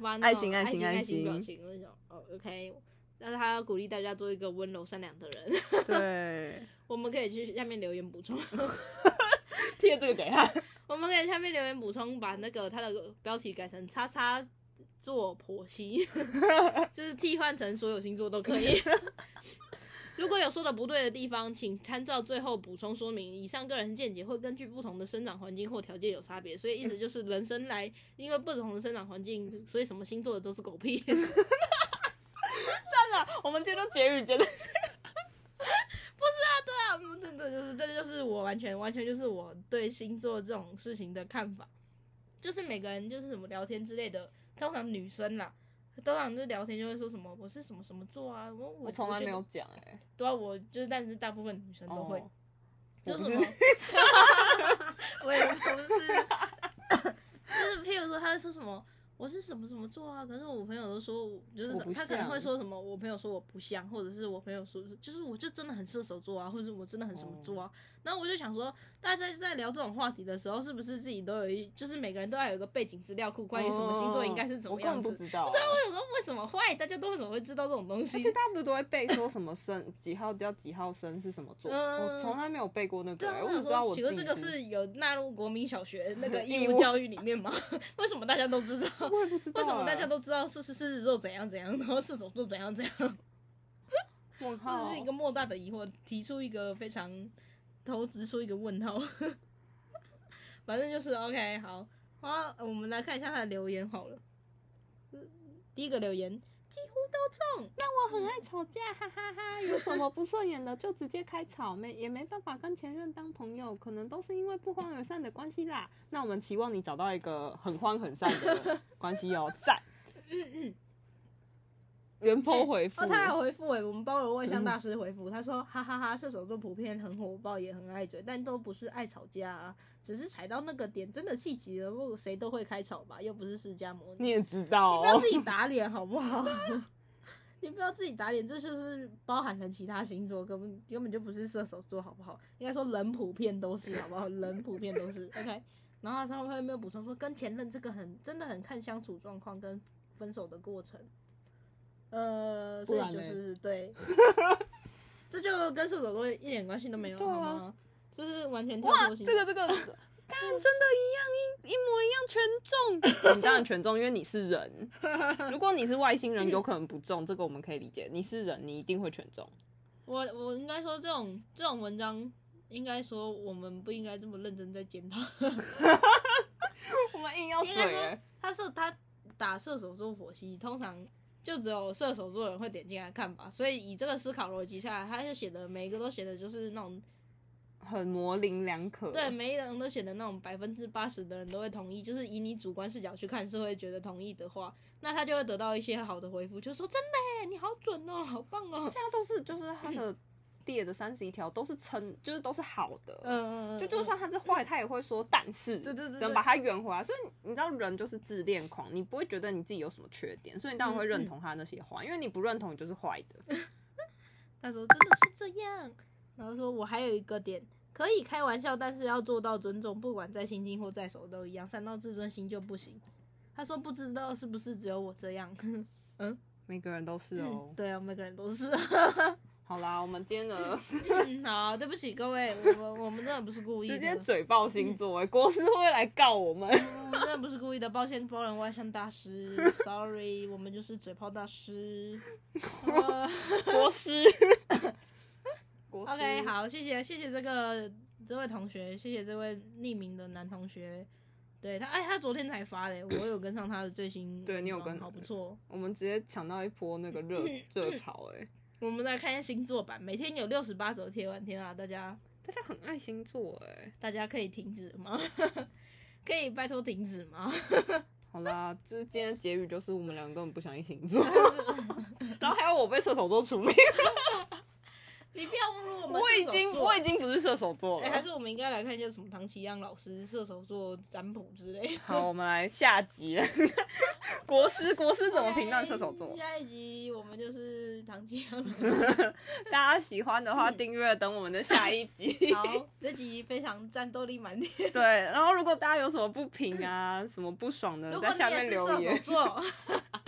[SPEAKER 2] 发那
[SPEAKER 1] 爱
[SPEAKER 2] 种
[SPEAKER 1] 心爱
[SPEAKER 2] 爱
[SPEAKER 1] 心爱
[SPEAKER 2] 爱
[SPEAKER 1] 心
[SPEAKER 2] 心表情。我就想，哦，OK，但是他要鼓励大家做一个温柔善良的人。
[SPEAKER 1] 对，
[SPEAKER 2] 我们可以去下面留言补充。
[SPEAKER 1] 贴这个给他。
[SPEAKER 2] 我们可以下面留言补充，把那个它的标题改成“叉叉座剖析”，就是替换成所有星座都可以。如果有说的不对的地方，请参照最后补充说明。以上个人见解会根据不同的生长环境或条件有差别，所以意思就是人生来，因为不同的生长环境，所以什么星座的都是狗屁。
[SPEAKER 1] 我们今天就结语结的，
[SPEAKER 2] 啊，嗯真的就是，这个就是我完全完全就是我对星座这种事情的看法，就是每个人就是什么聊天之类的，通常女生啦，通常就是聊天就会说什么我是什么什么座啊，我我
[SPEAKER 1] 我从来没，
[SPEAKER 2] 觉
[SPEAKER 1] 有
[SPEAKER 2] 得
[SPEAKER 1] 讲哎、欸，
[SPEAKER 2] 对啊，我就是，但是大部分女生都会，
[SPEAKER 1] 哦
[SPEAKER 2] 就
[SPEAKER 1] 我
[SPEAKER 2] 是
[SPEAKER 1] 不
[SPEAKER 2] 什
[SPEAKER 1] 是
[SPEAKER 2] 么，我也 不是，就是譬如说他会说什么。我是什么什么座啊？可是我朋友都说我，就是
[SPEAKER 1] 我不
[SPEAKER 2] 他可能
[SPEAKER 1] 像
[SPEAKER 2] 会说什么，我朋友说我不像，或者是我朋友说，就是我就真的很射手座啊，或者是我真的很什么座啊。
[SPEAKER 1] 哦
[SPEAKER 2] 然后我就想说，大家在聊这种话题的时候，是不是自己都有一，就是每个人都要有一个背景资料库，关于什么星座应该是怎么
[SPEAKER 1] 哦我
[SPEAKER 2] 样
[SPEAKER 1] 根
[SPEAKER 2] 子
[SPEAKER 1] 本？不知道、
[SPEAKER 2] 对啊，我有说为什么坏，大家都为什么会知道这种东西
[SPEAKER 1] 而？且大家不是都会背说什么生几号叫几号生是什么座？
[SPEAKER 2] 嗯
[SPEAKER 1] 我从来没有背过那
[SPEAKER 2] 对
[SPEAKER 1] 个、
[SPEAKER 2] 啊
[SPEAKER 1] 欸，，
[SPEAKER 2] 我
[SPEAKER 1] 只
[SPEAKER 2] 想
[SPEAKER 1] 知道
[SPEAKER 2] 说，
[SPEAKER 1] 我
[SPEAKER 2] 请
[SPEAKER 1] 自己
[SPEAKER 2] 问这个是有纳入国民小学那 个
[SPEAKER 1] 义
[SPEAKER 2] 义
[SPEAKER 1] 务
[SPEAKER 2] 务教育里面吗？ 为什么大家都知道？
[SPEAKER 1] 我也不知道、
[SPEAKER 2] 为
[SPEAKER 1] 欸，
[SPEAKER 2] 什么大家都知道是是狮子座怎样怎样，然后射手座怎样怎 样？
[SPEAKER 1] 问
[SPEAKER 2] 这
[SPEAKER 1] 号？
[SPEAKER 2] 是一个莫大的疑惑，提出一个非常投掷出一个问号。 反正就是 OK，好，好，我们来看一下他的留言好了。第一个留言几乎都中，
[SPEAKER 1] 我很爱吵架，哈哈哈有什么不顺眼的就直接开吵，没也没办法跟前任当朋友，可能都是因为不欢而散的关系啦。那我们期望你找到一个很欢很散的关系哦，赞。原 po 回复，嗯
[SPEAKER 2] 哦，他还回复哎、我们包罗万象大师回复，他说哈哈哈射手座普遍很火爆，也很爱嘴，但都不是爱吵架啊，只是踩到那个点真的气急了，不谁都会开吵吧，又不是释迦摩尼。
[SPEAKER 1] 你也知道
[SPEAKER 2] 你不要
[SPEAKER 1] 哦
[SPEAKER 2] 自，己打脸好不好？ 你不要自己打脸，这就是包含了其他星座，根本根本就不是射手座，好不好？应该说人普遍都是，好不好？人普遍都是 OK。然后他上面没有补充说，跟前任这个很真的很看相处状况跟分手的过程。呃，所
[SPEAKER 3] 不然
[SPEAKER 2] 以
[SPEAKER 3] 嘞
[SPEAKER 2] 就是对，这就跟射手座一点关系都没有，
[SPEAKER 1] 对啊
[SPEAKER 2] 好吗？就是完全跳
[SPEAKER 1] 哇，
[SPEAKER 2] 脱星
[SPEAKER 1] 这个这个，看真的一样一一模一样全中，你当然全中，因为你是 人。如果你是外星人，有可能不中，这个我们可以理解。你是人，你一定会全中。
[SPEAKER 2] 我我
[SPEAKER 3] 应该说这种这种文章，应该说我们不应该这么认真在检讨。
[SPEAKER 1] 我们硬要嘴
[SPEAKER 2] 应该说
[SPEAKER 1] 欸，
[SPEAKER 2] 他射他打射手座火星，通常就只有射手座人会点进来看吧。所以以这个思考逻辑下来，他就写的每一个都写的就是 那种
[SPEAKER 1] 很模棱两可。
[SPEAKER 2] 对，每一个人都写的那种百分之八十的人都会同意，就是以你主观视角去看是会觉得同意的话，那他就会得到一些好的回复，就说真的耶，你好准哦，好棒哦，
[SPEAKER 1] 现在都是就是他
[SPEAKER 2] 嗯
[SPEAKER 1] 的列的三十一条都是称，就是都是好的。
[SPEAKER 2] 嗯、
[SPEAKER 1] 就就算他是坏，他也会说但是，
[SPEAKER 2] 对对对
[SPEAKER 1] 只能
[SPEAKER 2] 对
[SPEAKER 1] 把他圆回来。所以你知道，人就是自恋狂，你不会觉得你自己有什么缺点，所以你当然会认同他那些
[SPEAKER 2] 嗯
[SPEAKER 1] 话，因为你不认同，你就是坏 的。
[SPEAKER 2] 他说真的是这样，然后说我还有一个点。可以开玩笑，但是要做到尊重，不管在心境或在手都一样，伤到自尊心就不行。他说不知道是不是只有我这样，
[SPEAKER 1] 每个人都是哦。
[SPEAKER 2] 对啊，每个人都是。
[SPEAKER 1] 好啦，我们今天的
[SPEAKER 2] 嗯好，对不起各位，我们我们真的不是故意的，嗯
[SPEAKER 1] 直接嘴爆星座、欸，国师会来告我 们。
[SPEAKER 2] 我们真的不是故意的，抱歉，包人外向大师，sorry，我们就是嘴炮大师。 呃
[SPEAKER 1] 国 师，国师
[SPEAKER 2] OK，好，谢谢谢谢这个这位同学，谢谢这位匿名的男同学。对他，哎，他昨天才发的， 我有跟上他的最新文章。
[SPEAKER 1] 对你有跟
[SPEAKER 2] 好不错。
[SPEAKER 1] 我们直接抢到一波那个 热热潮、欸，哎，
[SPEAKER 2] 我们来看一下星座版，每天有六十八则贴文，天啊，大家
[SPEAKER 1] 大家很爱星座、欸，哎。
[SPEAKER 2] 大家可以停止吗？ 可以拜托停止吗？
[SPEAKER 1] 好啦，这今天的结语就是我们两个根本不相信星 座，然后还有我被射手座除名，
[SPEAKER 2] 你不要侮辱我们
[SPEAKER 1] 我已
[SPEAKER 2] 射手
[SPEAKER 1] 经
[SPEAKER 2] 座
[SPEAKER 1] 我已经不是射手座
[SPEAKER 2] 哎、
[SPEAKER 1] 了。
[SPEAKER 2] 还是我们应该来看一下什么唐奇阳老师射手座占卜之类 的。
[SPEAKER 1] 好，我们来下集， 国师国师怎么评断射手座
[SPEAKER 2] OK，？下一集我们就是唐奇阳老 师。
[SPEAKER 1] 大家喜欢的话，订阅等我们的下一集。
[SPEAKER 2] 嗯 好，这集非常战斗力满点。
[SPEAKER 1] 对，然后如果大家有什么不平啊、什么不爽的，
[SPEAKER 2] 如果
[SPEAKER 1] 在
[SPEAKER 2] 你
[SPEAKER 1] 下
[SPEAKER 2] 也
[SPEAKER 1] 面
[SPEAKER 2] 是
[SPEAKER 1] 留
[SPEAKER 2] 射手
[SPEAKER 1] 言
[SPEAKER 2] 座，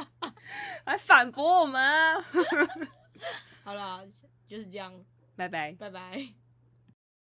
[SPEAKER 1] 来反驳我们啊！
[SPEAKER 2] 好啦，就是这样，
[SPEAKER 1] 拜拜。
[SPEAKER 2] 拜拜。